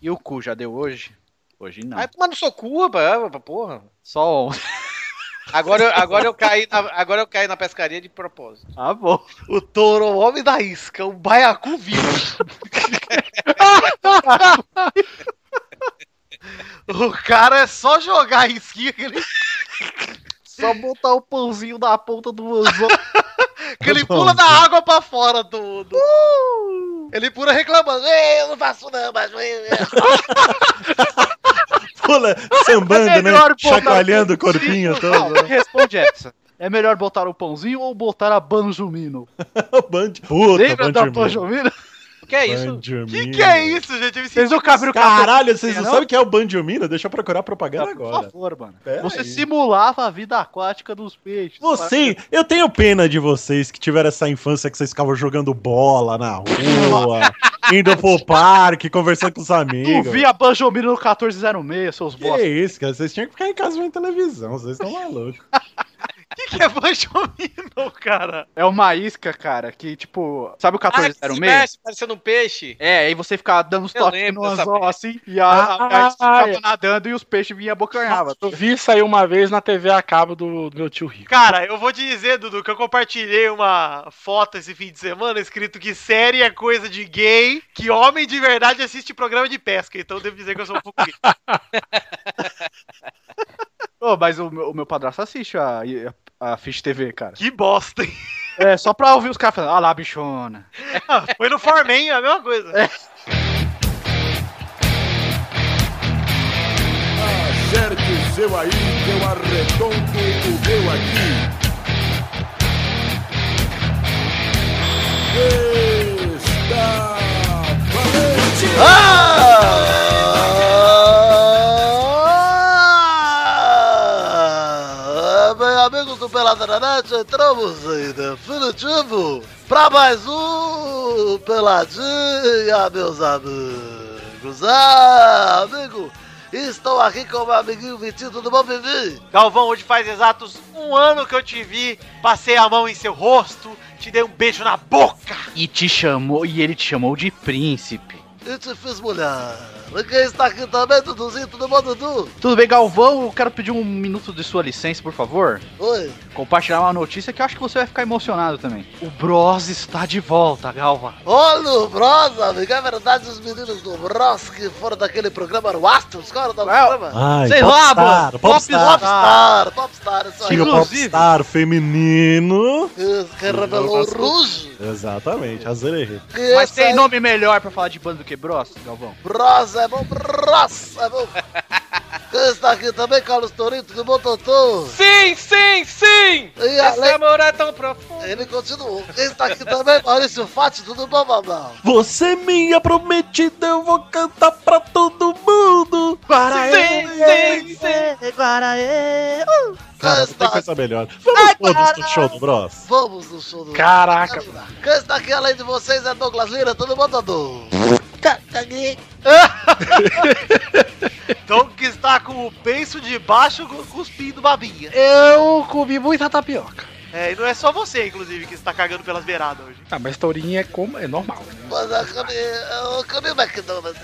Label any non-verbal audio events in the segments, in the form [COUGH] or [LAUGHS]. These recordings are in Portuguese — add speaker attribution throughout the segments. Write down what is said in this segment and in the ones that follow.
Speaker 1: E o cu já deu hoje? Hoje não.
Speaker 2: Vai tomar no seu cu, rapaz, ah, porra.
Speaker 1: Só um.
Speaker 2: Agora, eu- agora, eu caí na, agora eu caí na pescaria de propósito.
Speaker 1: Ah, bom.
Speaker 2: O touro,
Speaker 3: é
Speaker 2: o homem da isca, o baiacu
Speaker 1: [LAUGHS]
Speaker 2: vivo.
Speaker 3: O cara é só jogar a isquinha que ele,
Speaker 1: Só botar o pãozinho na ponta do anzol.
Speaker 3: [LAUGHS] que ele pula da água pra fora do. do- Ele pula reclamando. Ei, eu não faço não, mas.
Speaker 4: Pula sambando, né?
Speaker 1: melhor botar
Speaker 4: Chacoalhando o corpinho todo.
Speaker 1: Não, responde essa. É melhor botar o pãozinho ou botar a Banjumino?
Speaker 4: O Band. Puta,
Speaker 1: Lembra da
Speaker 4: Band
Speaker 1: Tá Banjumino?
Speaker 2: O que é isso?
Speaker 3: Que que é isso, gente? Eu me
Speaker 1: Vocês
Speaker 3: senti.
Speaker 1: não cabem o
Speaker 4: Caralho, vocês não
Speaker 1: Não?
Speaker 4: sabem o que é o Bandiumino? Deixa eu procurar propaganda
Speaker 1: Por
Speaker 4: agora.
Speaker 1: favor, mano.
Speaker 4: Pera
Speaker 1: Você
Speaker 4: aí.
Speaker 1: simulava a vida aquática dos peixes.
Speaker 4: Você, eu tenho pena de vocês que tiveram essa infância que vocês ficavam jogando bola na rua, indo pro parque, conversando com os
Speaker 1: Tu
Speaker 4: amigos.
Speaker 1: via Banjomino no 1406, seus
Speaker 4: Que
Speaker 1: bosta.
Speaker 4: isso, cara? Vocês tinham que ficar em casa vendo televisão, vocês estão malucos.
Speaker 3: O que, que é Banjomino, cara?
Speaker 1: É uma isca, cara, que tipo. Sabe o
Speaker 2: Ah, que se
Speaker 1: 1406?
Speaker 2: mexe, parecendo um peixe.
Speaker 1: é, aí você ficava dando uns
Speaker 2: Eu
Speaker 1: toques
Speaker 2: lembro
Speaker 1: no
Speaker 2: dessa
Speaker 1: anzol assim, e a, a,
Speaker 5: Ah,
Speaker 1: a isca ficava
Speaker 5: é.
Speaker 1: nadando e os peixes vinham abocanhava.
Speaker 5: Eu vi sair uma vez na TV a cabo do, do meu tio Rico.
Speaker 3: Cara, eu vou te dizer, Dudu, que eu compartilhei uma foto esse fim de semana escrito que série é coisa de gay, que homem de verdade assiste programa de pesca. Então eu devo dizer que eu sou um pouco gay.
Speaker 1: Ô, mas o, meu- o meu padrasto assiste a, a, a Fish TV, cara.
Speaker 3: Que bosta, hein? [LAUGHS]
Speaker 1: É, só pra ouvir os caras falando, ah lá, bichona.
Speaker 3: Foi no Formen, é a mesma coisa.
Speaker 6: Acerte o seu aí, que eu arredondo o meu aqui. Está valente!
Speaker 3: Ah! Bem, amigos do Pelada na Net, entramos em definitivo pra mais um Peladinha, meus amigos. Ah, amigo, estou aqui com o meu amiguinho Vitinho, tudo bom, Vivi? Galvão, hoje faz exatos um ano que eu te vi, passei a mão em seu rosto, te dei um beijo na boca.
Speaker 1: E te chamou, e ele te chamou de príncipe.
Speaker 3: E te fiz mulher. Quem está aqui também, Duduzinho? Tudo bom, Dudu?
Speaker 1: Tudo bem, Galvão? Eu quero pedir um minuto de sua licença, por favor.
Speaker 3: Oi.
Speaker 1: Compartilhar uma notícia que eu acho que você vai ficar emocionado também. O Bros está de volta, Galva.
Speaker 3: Olha o Bros, amigo. É verdade, os meninos do Bros que foram daquele programa no Astros, qual era o nome do
Speaker 1: É,
Speaker 3: programa?
Speaker 4: Ai,
Speaker 1: Sei lá, mano.
Speaker 4: Popstar, popstar.
Speaker 3: Popstar, Popstar, isso aí.
Speaker 4: Tinha o
Speaker 1: Inclusive-
Speaker 4: popstar feminino.
Speaker 3: Isso, Que revelou o Ruge.
Speaker 4: Exatamente, azerei.
Speaker 3: Que
Speaker 1: Mas
Speaker 3: esse
Speaker 1: tem
Speaker 5: é-
Speaker 3: aí,
Speaker 1: nome melhor pra falar de banda do que Bros, Galvão?
Speaker 3: Bros é bom, Bros é bom. Quem está aqui também, Carlos Torinho, tudo bom, Totô?
Speaker 2: Sim, sim, sim!
Speaker 3: E
Speaker 2: Esse
Speaker 3: além...
Speaker 2: amor é tão profundo.
Speaker 3: Ele continuou. Quem está aqui também, Maurício Fati, tudo bom, Babão?
Speaker 4: Você é minha prometida, eu vou cantar pra todo mundo. Para
Speaker 2: Sim, sim, sim.
Speaker 4: Cara, não
Speaker 3: Quem
Speaker 4: tem
Speaker 3: está
Speaker 4: coisa melhor. Vamos todos pro show do Bros.
Speaker 3: Vamos no show do
Speaker 5: Caraca.
Speaker 3: Quem está aqui além de vocês é Douglas Lira, tudo bom, Dodô? Doug Então, está com o penso de baixo cuspindo babinha.
Speaker 5: Eu comi muita tapioca.
Speaker 3: É, e não é só você, inclusive, que está cagando pelas beiradas hoje.
Speaker 5: Ah, mas tourinha é, como, é normal, né?
Speaker 3: Mas a Cami, o é Cami McDonald's,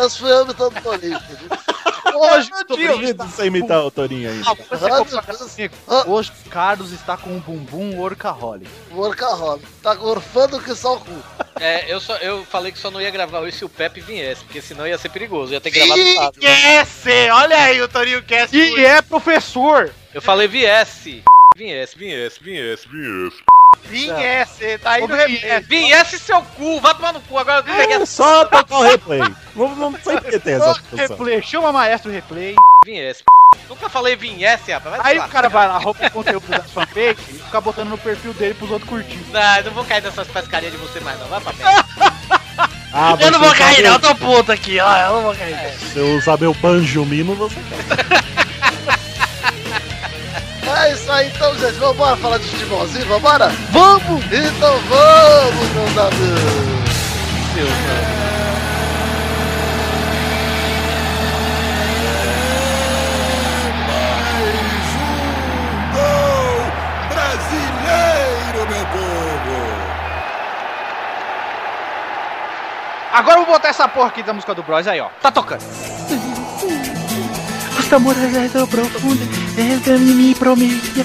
Speaker 3: as filmes estão bonitas.
Speaker 7: [LAUGHS]
Speaker 1: Hoje,
Speaker 4: Duvido você imitar o Torinho aí.
Speaker 7: assim.
Speaker 5: Ah.
Speaker 1: Hoje, o Carlos está com um bumbum workaholic.
Speaker 3: Workaholic, tá gorfando que só o cu.
Speaker 2: É, eu, só, eu falei que só não ia gravar hoje se o Pepe viesse, porque senão ia ser perigoso, ia ter gravado sábado.
Speaker 3: Esquece! é Olha aí o Torinho Cast.
Speaker 1: E é professor!
Speaker 2: Eu falei viesse. Viesse, viesse, viesse, viesse.
Speaker 3: Esquece, tá aí
Speaker 1: Ô,
Speaker 3: no
Speaker 1: Vinícius,
Speaker 3: replay.
Speaker 2: é Viesse seu cu, vai tomar no cu agora. Eu peguei
Speaker 4: É
Speaker 2: essa
Speaker 4: só tocar o replay. Não, não sei porque tem essa discussão.
Speaker 1: Replay, chama maestro replay.
Speaker 2: viesse. Nunca falei viesse, rapaz. Vai
Speaker 1: Aí
Speaker 2: lá.
Speaker 1: o cara vai lá, rouba o conteúdo da fanpage e fica botando no perfil dele pros outros curtir.
Speaker 2: Não, não vou cair nessas pescarias de você mais não, vai pra merda.
Speaker 4: Ah,
Speaker 5: Eu não
Speaker 4: você
Speaker 5: vou cair,
Speaker 4: sabe-
Speaker 5: não, eu tô puto aqui, ó, eu não vou cair.
Speaker 4: Se eu usar meu banjumino, você quer.
Speaker 3: É isso aí então, gente. Vambora falar de futebolzinho, vambora? Vamos! Então vamos, meus amigos!
Speaker 6: Mais um gol brasileiro, meu povo!
Speaker 1: A Agora eu vou botar essa porra aqui da música do Bros aí, ó. Tá tocando. Os tambores é tão profundo, entra em mim, prometia,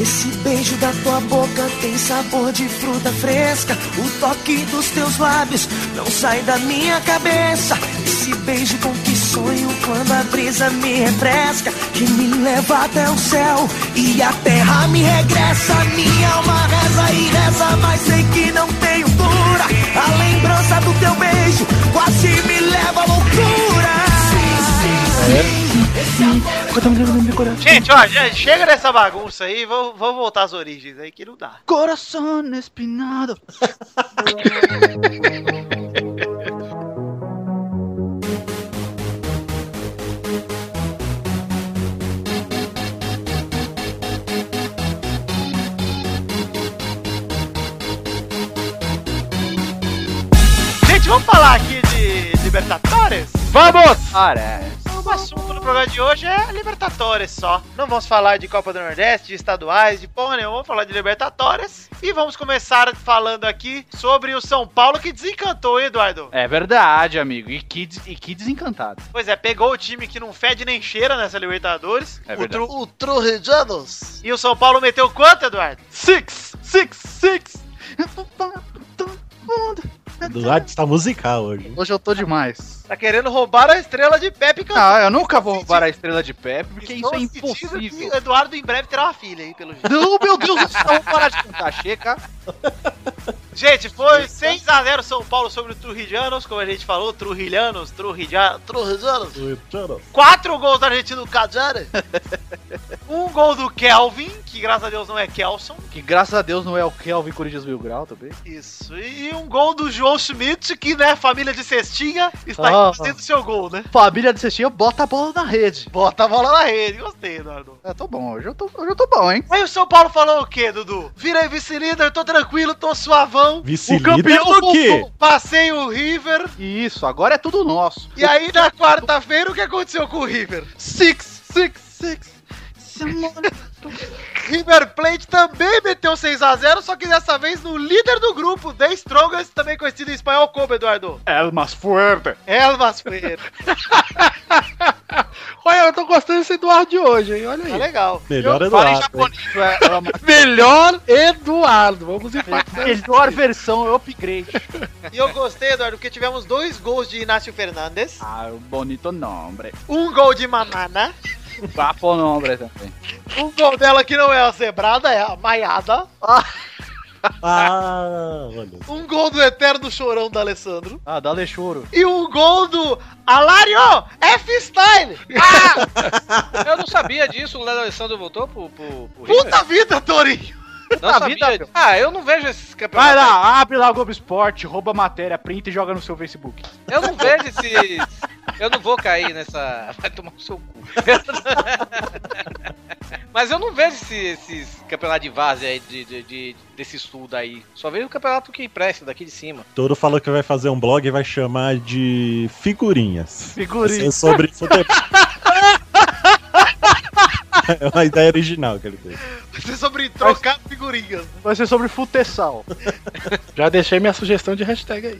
Speaker 8: Esse beijo da tua boca tem sabor de fruta fresca. O toque dos teus lábios não sai da minha cabeça. Esse beijo com que sonho quando a brisa me refresca. Que me leva até o céu e a terra me regressa. Minha alma reza e reza, mas sei que não tenho cura. A lembrança do teu beijo quase me leva à loucura.
Speaker 7: [LAUGHS] Gente, ó, já chega dessa bagunça aí, vamos, vamos voltar às origens aí, que não dá.
Speaker 1: Coração espinado.
Speaker 7: Gente, vamos falar aqui de Libertadores?
Speaker 5: Vamos!
Speaker 1: Cara, é.
Speaker 7: O assunto do programa de hoje é Libertadores só. Não vamos falar de Copa do Nordeste, de estaduais, de porra nenhuma, vamos falar de Libertadores. E vamos começar falando aqui sobre o São Paulo que desencantou, hein, Eduardo?
Speaker 1: É verdade, amigo. E que, des- e que desencantado.
Speaker 7: Pois é, pegou o time que não fede nem cheira nessa Libertadores.
Speaker 1: É
Speaker 7: o,
Speaker 1: verdade.
Speaker 7: tru, o Trojanos. E o São Paulo meteu quanto, Eduardo?
Speaker 1: Six, six, six.
Speaker 4: Do lado está musical hoje.
Speaker 1: Hoje eu tô demais.
Speaker 7: Tá querendo roubar a estrela de Pepe Cantu.
Speaker 1: Ah, eu nunca vou roubar a estrela de Pepe, porque isso
Speaker 7: Estou
Speaker 1: é
Speaker 7: sentindo que
Speaker 1: impossível.
Speaker 7: o Eduardo em breve terá uma filha, hein, pelo jeito. [LAUGHS]
Speaker 1: Não, meu Deus do céu, vamos parar de cantar. Chega.
Speaker 7: Gente, foi
Speaker 1: é
Speaker 7: 6x0 São Paulo sobre o Trujillianos, como a gente falou, Trujillianos, Trujillianos, Trujillianos. Quatro gols do argentino Cajara. [LAUGHS] um gol do Kelvin, que graças a Deus não é Kelson.
Speaker 1: Que graças a Deus não é o Kelvin Corinthians Mil Grau também.
Speaker 7: Isso. E um gol do João Schmidt, que, né, família de cestinha, está
Speaker 1: Ah.
Speaker 7: aqui fazendo seu gol, né?
Speaker 1: Família de Cestinha bota a bola na rede.
Speaker 7: Bota a bola na rede, gostei, Eduardo.
Speaker 1: É, tô bom, hoje eu tô, hoje eu tô bom, hein?
Speaker 7: Aí o São Paulo falou o quê, Dudu? Virei vice-líder, tô tranquilo, tô suavão.
Speaker 4: Vice-líder o quê?
Speaker 7: Passei o River.
Speaker 1: Isso, agora é tudo nosso.
Speaker 7: E aí, na quarta-feira, o que aconteceu com o River?
Speaker 1: Six, six, six. Simone.
Speaker 7: River Plate também meteu 6x0, só que dessa vez no líder do grupo, The Strongest, também conhecido em espanhol como, Eduardo?
Speaker 1: El más fuerte.
Speaker 7: Elmas Freire.
Speaker 5: Olha, eu tô gostando desse Eduardo de hoje, hein? Olha
Speaker 7: Tá
Speaker 5: aí.
Speaker 7: legal.
Speaker 4: Melhor
Speaker 1: Fala em
Speaker 4: Eduardo. hein?
Speaker 1: japonês, é, ela-
Speaker 5: Melhor Eduardo. Vamos em paz.
Speaker 1: né? melhor versão, é upgrade.
Speaker 7: E eu gostei, Eduardo, porque tivemos dois gols de Inácio Fernandes,
Speaker 1: Ah, um bonito nome. Um
Speaker 7: um gol de Manana,
Speaker 1: Papo nome também.
Speaker 7: um gol dela que não é a Zebrada, é a Maiada,
Speaker 4: Ah, olha.
Speaker 7: um gol do eterno chorão da Alessandro
Speaker 1: Ah, dá choro.
Speaker 7: e um gol do Alario F-Style.
Speaker 2: Eu não sabia disso, o Léo Alessandro voltou pro, pro, pro River?
Speaker 7: Puta vida, Torinho!
Speaker 2: não sabia disso. Ah, eu não vejo esses campeonatos.
Speaker 1: Vai lá, abre lá o Globo Esporte, rouba a matéria, printa e joga no seu Facebook.
Speaker 2: Eu não vejo esses. Eu não vou cair nessa. [LAUGHS] Vai tomar o seu cu. Mas eu não vejo esse- esses, campeonatos de várzea aí, de, de, de- desse sul daí. Só vejo o campeonato que empresta, daqui de cima.
Speaker 4: Todo falou que vai fazer um blog e vai chamar de figurinhas. Vai ser
Speaker 1: Figurinha.
Speaker 4: sobre futebol. [LAUGHS] É uma ideia original que ele teve.
Speaker 7: Vai ser [LAUGHS] sobre trocar figurinhas.
Speaker 1: Vai ser sobre futsal.
Speaker 5: [LAUGHS] Já deixei minha sugestão de hashtag aí.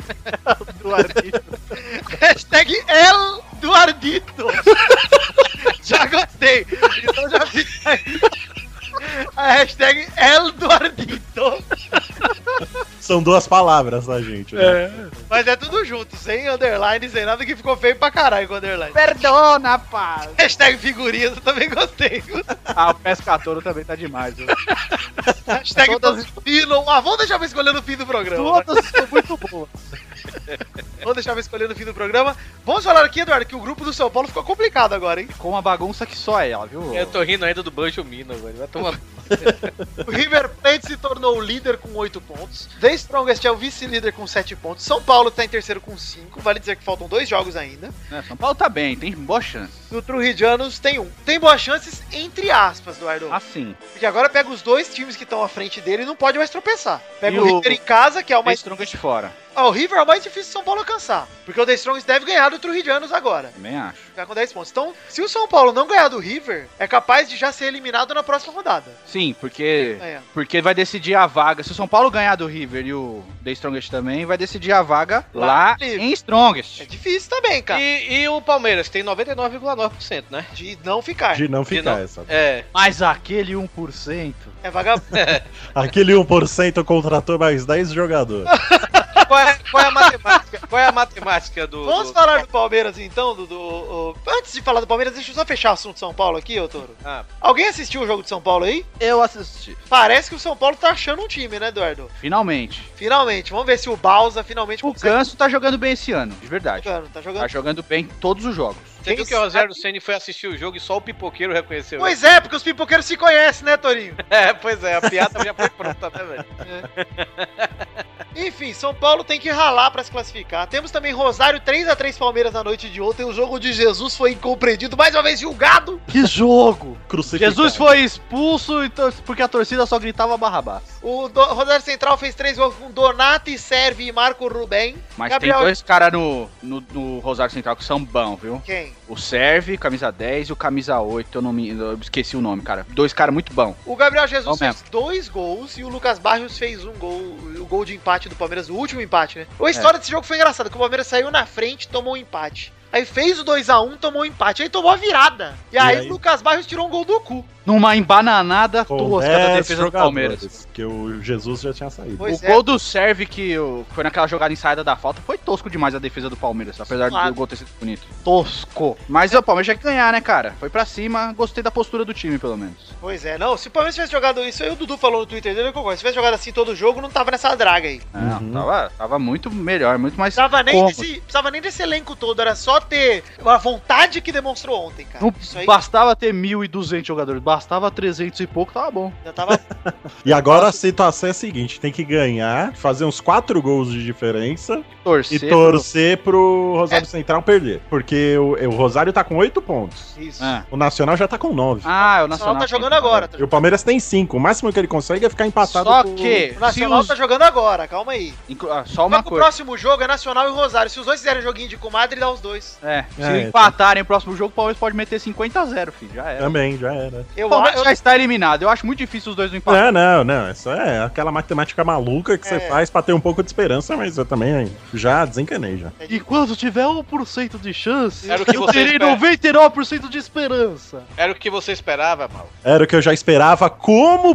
Speaker 7: Duardito. Hashtag El Duardito. [LAUGHS] já gostei. Então já fica aí. A hashtag El Duardito.
Speaker 4: São duas palavras, tá, gente? né?
Speaker 7: Mas é tudo junto, sem underline, sem nada, que ficou feio pra caralho com underline.
Speaker 1: Perdona, paz.
Speaker 7: Hashtag figurinhas, eu também gostei.
Speaker 1: Ah, o pescador também tá demais. viu?
Speaker 7: Hashtag Pino. Ah, vamos deixar pra escolher no fim do programa. né?
Speaker 1: Todas são muito boas.
Speaker 7: Vamos deixar pra escolher no fim do programa. Vamos falar aqui, Eduardo, que o grupo do São Paulo ficou complicado agora, hein?
Speaker 1: Com uma bagunça que só é ela, viu?
Speaker 2: Eu tô rindo ainda do Banjo Mino, velho. Vai [LAUGHS] tomar.
Speaker 7: O River Plate se tornou o líder com 8 pontos. The Strongest é o vice-líder com 7 pontos. São Paulo tá em terceiro com 5. Vale dizer que faltam dois jogos ainda.
Speaker 1: É, São Paulo tá bem, tem boas chances.
Speaker 7: E o Trujillanos tem um. Tem boas chances, entre aspas, Eduardo.
Speaker 1: Assim,
Speaker 7: Porque agora pega os dois times que estão à frente dele e não pode mais tropeçar. Pega
Speaker 1: E
Speaker 7: o
Speaker 1: o-
Speaker 7: River em casa, que é o
Speaker 1: mais
Speaker 7: mais.
Speaker 1: tronca de fora.
Speaker 7: Ó, o River é o mais difícil do São Paulo alcançar. Porque o The Strongs deve ganhar do Trujillanos agora.
Speaker 1: Também acho.
Speaker 7: Ficar com 10 pontos. Então, se o São Paulo não ganhar do River, é capaz de já ser eliminado na próxima rodada.
Speaker 1: Sim, porque.
Speaker 7: É.
Speaker 1: Porque vai decidir a vaga. Se o São Paulo ganhar do River e o The Strongest também, vai decidir a vaga lá,
Speaker 7: Lá no Livre.
Speaker 1: em Strongest.
Speaker 7: É difícil também, cara.
Speaker 2: E, e o Palmeiras tem 99,9%, né?
Speaker 7: De não ficar.
Speaker 4: De não ficar
Speaker 2: não-
Speaker 4: essa.
Speaker 2: É.
Speaker 1: Mas aquele 1%.
Speaker 7: É vagabundo.
Speaker 4: Aquele 1% contratou mais 10 jogadores.
Speaker 2: [LAUGHS] Qual é, qual é a matemática? Qual é a matemática do.
Speaker 7: Vamos
Speaker 2: do-
Speaker 7: falar do Palmeiras então, do, do- o- Antes de falar do Palmeiras, deixa eu só fechar o assunto de São Paulo aqui, ô Toro.
Speaker 2: Ah.
Speaker 7: Alguém assistiu o jogo de São Paulo aí?
Speaker 1: Eu assisti.
Speaker 7: Parece que o São Paulo tá achando um time, né, Eduardo?
Speaker 1: Finalmente.
Speaker 7: Finalmente, vamos ver se o Balsa finalmente
Speaker 1: O Ganso tá jogando bem esse ano, de verdade.
Speaker 7: jogando, tá jogando.
Speaker 1: Tá jogando bem em todos os jogos.
Speaker 2: Você viu que o Rogério Ceni foi assistir o jogo e só o pipoqueiro reconheceu.
Speaker 7: né? Pois é, porque os pipoqueiros se conhecem, né, Torinho?
Speaker 2: [LAUGHS]
Speaker 7: [LAUGHS]
Speaker 2: É, pois é, a piada já foi pronta, né, velho?
Speaker 7: Enfim, São Paulo tem que ralar pra se classificar. Temos também Rosário 3 a 3 Palmeiras na noite de ontem. O jogo de Jesus foi incompreendido, mais uma vez julgado.
Speaker 1: Que jogo! [LAUGHS]
Speaker 4: Crucificado.
Speaker 1: Jesus foi expulso então, porque a torcida só gritava Barrabás.
Speaker 7: O Do- Rosário Central fez três gols com Donato e Serve e Marco Rubem.
Speaker 1: Mas
Speaker 7: Gabriel-
Speaker 1: tem dois caras no, no, no Rosário Central que são bons, viu?
Speaker 7: Quem?
Speaker 1: O Serve, camisa 10 e o camisa 8, eu não me eu esqueci o nome, cara. Dois caras muito bons.
Speaker 7: O Gabriel Jesus
Speaker 1: Bom
Speaker 7: fez dois gols e o Lucas Barrios fez um gol, o gol de empate do Palmeiras, o último empate, né? A história
Speaker 1: É.
Speaker 7: desse jogo foi engraçada, que o Palmeiras saiu na frente, tomou um empate. Aí fez o 2x1, tomou um empate. Aí tomou a virada. E, aí,
Speaker 4: aí?
Speaker 7: o Lucas Barrios tirou um gol do cu.
Speaker 1: Numa embananada
Speaker 4: com
Speaker 1: tosca da
Speaker 4: 10
Speaker 1: defesa do
Speaker 4: jogadores.
Speaker 1: Palmeiras.
Speaker 4: Porque o Jesus já tinha saído.
Speaker 7: Pois
Speaker 1: o
Speaker 7: é.
Speaker 1: gol do Serve que o- que foi naquela jogada em saída da falta foi tosco demais a defesa do Palmeiras, apesar
Speaker 7: Claro.
Speaker 1: do gol ter sido bonito. Tosco. Mas o Palmeiras tinha que ganhar, né, cara? Foi pra cima, gostei da postura do time, pelo menos.
Speaker 7: Pois é, não. Se o Palmeiras tivesse jogado isso, aí o Dudu falou no Twitter dele, eu concordo. Se tivesse jogado assim todo jogo, não tava nessa draga aí.
Speaker 1: É,
Speaker 4: Uhum.
Speaker 1: tava, tava muito melhor, muito mais.
Speaker 7: Precisava nem,
Speaker 1: cômodo.
Speaker 7: desse, precisava nem desse elenco todo, era só ter a vontade que demonstrou ontem, cara.
Speaker 1: Não
Speaker 7: Isso aí
Speaker 1: bastava ter 1.200 jogadores, bastava 300 e pouco, tava bom.
Speaker 7: já tava.
Speaker 4: E agora a situação é a seguinte: tem que ganhar, fazer uns 4 gols de diferença
Speaker 1: Torcer.
Speaker 4: e torcer pro Rosário
Speaker 1: É.
Speaker 4: Central perder. Porque o, o Rosário tá com 8 pontos.
Speaker 7: Isso.
Speaker 1: Ah,
Speaker 4: O Nacional já tá com 9.
Speaker 1: Ah, o
Speaker 7: O Nacional
Speaker 1: Nacional.
Speaker 7: tá jogando agora.
Speaker 4: E o Palmeiras tem 5. O máximo que ele consegue é ficar empatado.
Speaker 1: Só
Speaker 4: com-
Speaker 1: que,
Speaker 7: O
Speaker 1: se
Speaker 7: Nacional
Speaker 1: os...
Speaker 7: tá jogando agora, calma aí.
Speaker 1: inclu- ah, só
Speaker 7: Mas
Speaker 1: uma
Speaker 7: o
Speaker 1: coisa.
Speaker 7: próximo jogo é Nacional e Rosário. Se os dois fizerem joguinho de comadre, dá os dois.
Speaker 1: É, se
Speaker 5: então.
Speaker 4: É,
Speaker 1: empatarem o próximo jogo, o Palmeiras pode meter 50 a 0, filho. Já
Speaker 5: É
Speaker 1: era.
Speaker 4: Também, já era.
Speaker 7: Eu
Speaker 1: O Palmeiras
Speaker 7: acho.
Speaker 1: já está eliminado. Eu acho muito difícil os dois
Speaker 5: É.
Speaker 1: não empatarem.
Speaker 4: Não, não, não. Isso é aquela matemática maluca que
Speaker 7: É.
Speaker 4: você faz pra ter um pouco de esperança, mas eu também já desencanei já.
Speaker 1: E quando tiver 1% de chance,
Speaker 2: Era o que
Speaker 1: eu
Speaker 2: você
Speaker 1: terei
Speaker 2: espera.
Speaker 1: 99% de esperança.
Speaker 2: Era o que você esperava, Mal.
Speaker 4: Era o que eu já esperava, como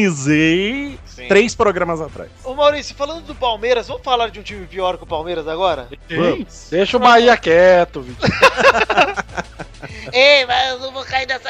Speaker 4: premonizei
Speaker 2: Sim.
Speaker 4: três programas atrás.
Speaker 7: Ô Maurício, falando do Palmeiras, vamos falar de um time pior que o Palmeiras agora?
Speaker 4: Vamos.
Speaker 5: Deixa o Bahia quieto, Vitinho.
Speaker 7: Ei, mas eu não vou cair nessa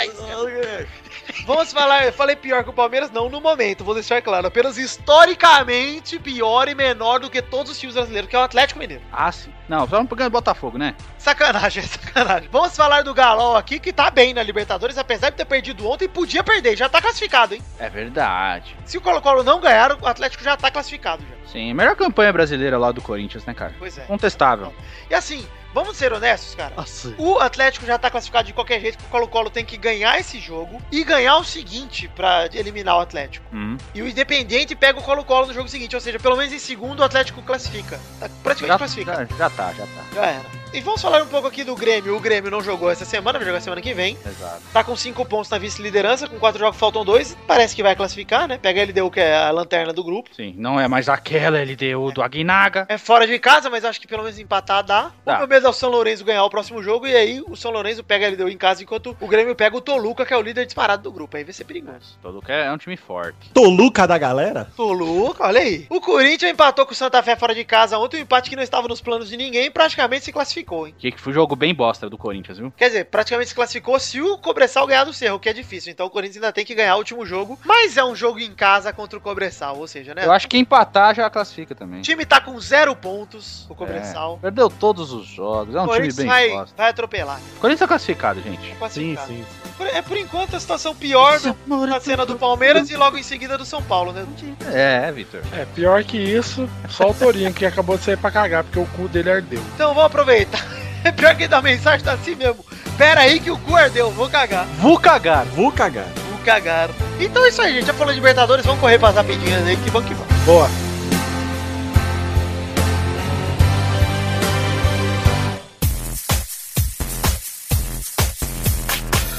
Speaker 7: Vamos falar, eu falei pior que o Palmeiras? Não, no momento, vou deixar claro. Apenas historicamente pior e menor do que todos os times brasileiros, que é o Atlético Mineiro.
Speaker 1: Ah, sim. Não, só não pegando Botafogo, né?
Speaker 7: Sacanagem, [LAUGHS] é sacanagem. Vamos falar do Galol aqui, que tá bem na Libertadores, apesar de ter perdido ontem, podia perder, já tá classificado, hein?
Speaker 1: É verdade.
Speaker 7: Se o Colo-Colo não ganhar, o Atlético já tá classificado já.
Speaker 1: Sim, melhor campanha brasileira lá do Corinthians, né, cara?
Speaker 7: Pois é.
Speaker 1: Contestável.
Speaker 7: E assim, vamos ser honestos, cara.
Speaker 1: Nossa.
Speaker 7: O Atlético já tá classificado de qualquer jeito, porque o Colo-Colo tem que ganhar esse jogo e ganhar o seguinte pra eliminar o Atlético.
Speaker 1: Hum.
Speaker 7: E o Independente pega o Colo-Colo no jogo seguinte, ou seja, pelo menos em segundo o Atlético classifica. Tá praticamente
Speaker 1: Já,
Speaker 7: classifica.
Speaker 1: já, já tá, já tá.
Speaker 7: Já era. E vamos falar um pouco aqui do Grêmio. O Grêmio não jogou essa semana, vai jogar semana que vem.
Speaker 1: Exato.
Speaker 7: Tá com 5 pontos na vice-liderança, com 4 jogos faltam 2. Parece que vai classificar, né? Pega a LDU, que é a lanterna do grupo.
Speaker 1: Sim, não é mais aquela LDU do Aguinaga.
Speaker 7: É fora de casa, mas acho que pelo menos empatar dá.
Speaker 1: Dá.
Speaker 7: O meu medo é o São Lourenço ganhar o próximo jogo. E aí o São Lourenço pega a LDU em casa, enquanto o Grêmio pega o Toluca, que é o líder disparado do grupo. Aí vai ser perigoso.
Speaker 1: Toluca é um time forte.
Speaker 4: Toluca da galera?
Speaker 7: Toluca, olha aí. O Corinthians empatou com o Santa Fé fora de casa ontem. Um empate que não estava nos planos de ninguém. Praticamente se classificou, hein?
Speaker 1: Que que foi um jogo bem bosta do Corinthians, viu?
Speaker 7: Quer dizer, praticamente se classificou se o Cobressal ganhar do Cerro, o que é difícil. Então o Corinthians ainda tem que ganhar o último jogo. Mas é um jogo em casa contra o Cobressal, ou seja, né?
Speaker 1: Eu acho que empatar já classifica também.
Speaker 7: O time tá com zero pontos, o Cobressal.
Speaker 1: Perdeu todos os jogos, é
Speaker 7: O
Speaker 1: um time
Speaker 7: Corinthians
Speaker 1: bem
Speaker 7: vai,
Speaker 1: bosta.
Speaker 7: vai atropelar.
Speaker 1: Corinthians é classificado, gente.
Speaker 7: Classificado.
Speaker 4: sim.
Speaker 7: Por- é por enquanto a situação pior do- na cena do Palmeiras e logo em seguida do São Paulo, né?
Speaker 1: É, Vitor.
Speaker 5: É, pior que isso, só o Torinho que acabou de sair é pra cagar, porque o cu dele ardeu.
Speaker 7: Então vou aproveitar. [LAUGHS] É pior que dar mensagem tá assim mesmo. Pera aí que o cu ardeu, vou cagar.
Speaker 1: Vou cagar.
Speaker 4: Vou cagar.
Speaker 7: Vou cagar. Então é isso aí, né? gente. Já falou de Libertadores, vamos correr pras rapidinhas aí, que bom que bom.
Speaker 5: Boa.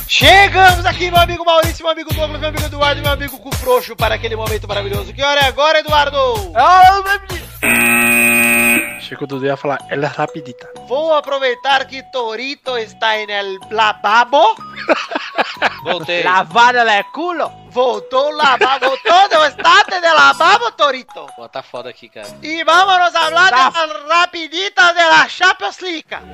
Speaker 7: Chegamos aqui, meu amigo Maurício, meu amigo Douglas, meu amigo Eduardo, meu amigo Cu Frouxo, para aquele momento maravilhoso. Que hora é agora, Eduardo?
Speaker 5: Chico Dudu ia falar, ela é rapidita.
Speaker 7: Vou aproveitar que Torito está em el lababo.
Speaker 2: Voltei.
Speaker 9: Lavada é culo.
Speaker 7: Voltou o lavabo, todo o estante de lavabo, Torito.
Speaker 2: Pô, tá foda aqui, cara.
Speaker 7: Y vámonos a hablar
Speaker 9: Tá.
Speaker 7: de las rapiditas de la Champions League.
Speaker 5: é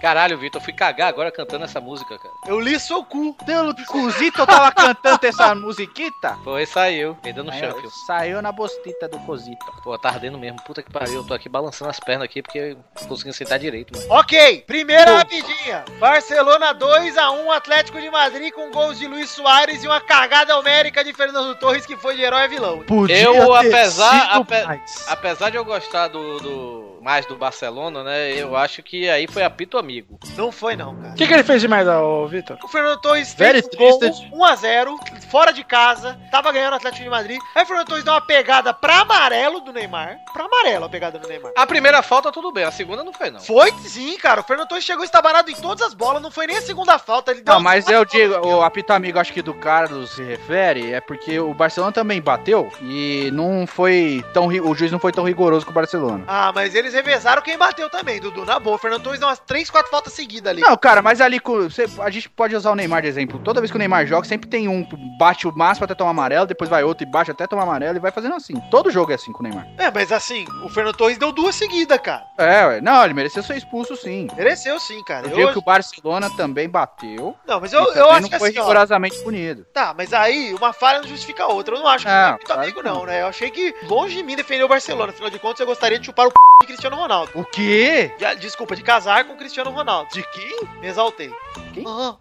Speaker 2: Caralho, Vitor, eu fui cagar agora cantando essa música, cara.
Speaker 7: Eu li seu cu.
Speaker 1: Pelo cuzito eu tava cantando essa musiquita.
Speaker 2: Foi, saiu. Perdendo no
Speaker 7: É,
Speaker 1: Aí,
Speaker 2: chão, filho.
Speaker 1: saiu na bostita do cozito.
Speaker 2: Pô, tá ardendo mesmo. Puta que pariu. Eu tô aqui balançando as pernas aqui porque eu não consegui sentar direito, mano.
Speaker 7: Ok, primeira rapidinha. Barcelona 2x1 Atlético de Madrid com gols de Luiz Soares e uma cagada homérica de Fernando Torres que foi de herói a vilão.
Speaker 1: Podia
Speaker 2: Eu,
Speaker 1: ter
Speaker 2: apesar-
Speaker 1: sido
Speaker 2: ape-
Speaker 1: mais.
Speaker 2: Apesar de eu gostar do, do- mais do Barcelona, né? Eu acho que aí foi apito amigo.
Speaker 7: Não foi não, cara.
Speaker 5: O que, que ele fez de mais, ô Vitor?
Speaker 7: O Fernando Torres
Speaker 1: Very
Speaker 7: fez o gol
Speaker 1: twisted.
Speaker 7: 1x0, fora de casa, tava ganhando o Atlético de Madrid. Aí o Fernando Torres dá uma pegada pra amarelo do Neymar. Pra amarelo a pegada do Neymar.
Speaker 2: A primeira falta, tudo bem. A segunda não
Speaker 1: [LAUGHS]
Speaker 2: foi, não.
Speaker 7: Foi sim, cara. O Fernando Torres chegou estabarado em todas as bolas, não foi nem a segunda falta. Ele deu
Speaker 1: Não,
Speaker 7: as
Speaker 1: Ah, mas
Speaker 7: quatro
Speaker 1: eu digo,
Speaker 7: bolas.
Speaker 1: o apito amigo acho que do Carlos se refere, é porque o Barcelona também bateu e não foi tão ri- o juiz não foi tão rigoroso com o Barcelona.
Speaker 7: Ah, mas eles revezaram quem bateu também, Dudu. Na boa, o Fernando Torres deu umas 3, 4 faltas seguidas ali.
Speaker 1: Não, cara, mas ali com- você- a gente pode usar o Neymar de exemplo. Toda vez que o Neymar joga, sempre tem um que bate o máximo até tomar amarelo, depois vai outro e bate até tomar amarelo e vai fazendo assim. Todo jogo é assim com o Neymar.
Speaker 7: É, mas assim, o Fernando Torres deu duas seguidas, cara.
Speaker 1: É, ué. não, ele mereceu ser expulso sim.
Speaker 7: Mereceu sim, cara.
Speaker 1: Eu
Speaker 7: Eu-
Speaker 1: digo que o Barcelona também bateu.
Speaker 7: Não, mas
Speaker 1: e
Speaker 7: eu,
Speaker 1: também
Speaker 7: eu acho que
Speaker 1: não foi
Speaker 7: assim, ó,
Speaker 1: rigorosamente punido.
Speaker 7: Tá, mas aí uma falha não justifica a outra. Eu não acho que
Speaker 1: Ah,
Speaker 7: foi muito
Speaker 1: claro
Speaker 7: amigo,
Speaker 1: que
Speaker 7: não,
Speaker 1: não.
Speaker 7: né? Eu achei que longe de mim defender o Barcelona. Afinal de contas, eu gostaria de chupar o p de Cristiano Ronaldo.
Speaker 1: O quê?
Speaker 7: Já- Desculpa, de casar com o Cristiano Ronaldo.
Speaker 1: De que?
Speaker 7: Me exaltei.
Speaker 1: Quem?
Speaker 7: Ah.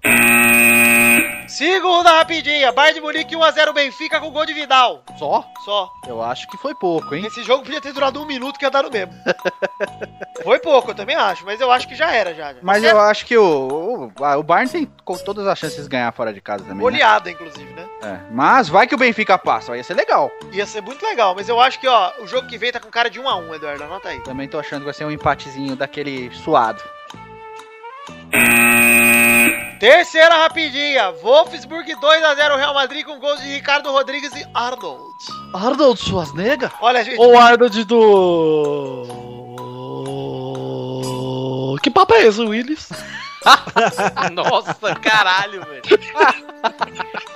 Speaker 7: Segunda rapidinha. Bayern de Munique 1x0 Benfica com gol de Vidal.
Speaker 1: Só?
Speaker 7: Só.
Speaker 1: Eu acho que foi pouco, hein?
Speaker 7: Esse jogo podia ter durado um minuto que ia dar no
Speaker 1: [LAUGHS]
Speaker 7: mesmo. Foi pouco, eu também acho, mas eu acho que já era já. já.
Speaker 1: Mas
Speaker 7: é
Speaker 1: eu acho que o, o, ah, o Bayern tem co- todas as chances de ganhar fora de casa também. Né?
Speaker 7: goleada, inclusive, né?
Speaker 1: É. Mas vai que o Benfica passa, ia ser legal.
Speaker 7: Ia ser muito legal, mas eu acho que, ó, o jogo que vem tá com cara de 1 a 1 Eduardo, anota aí.
Speaker 1: Também tô achando que vai ser um empatezinho daquele suado.
Speaker 7: Terceira rapidinha. Wolfsburg 2 a 0 Real Madrid com gols de Ricardo Rodrigues e Arnold.
Speaker 1: Arnold Schwarzenegger?
Speaker 7: Olha, gente,
Speaker 5: Ou Arnold do. Que papo é esse, Willis?
Speaker 2: Nossa, caralho,
Speaker 1: [LAUGHS]
Speaker 2: velho.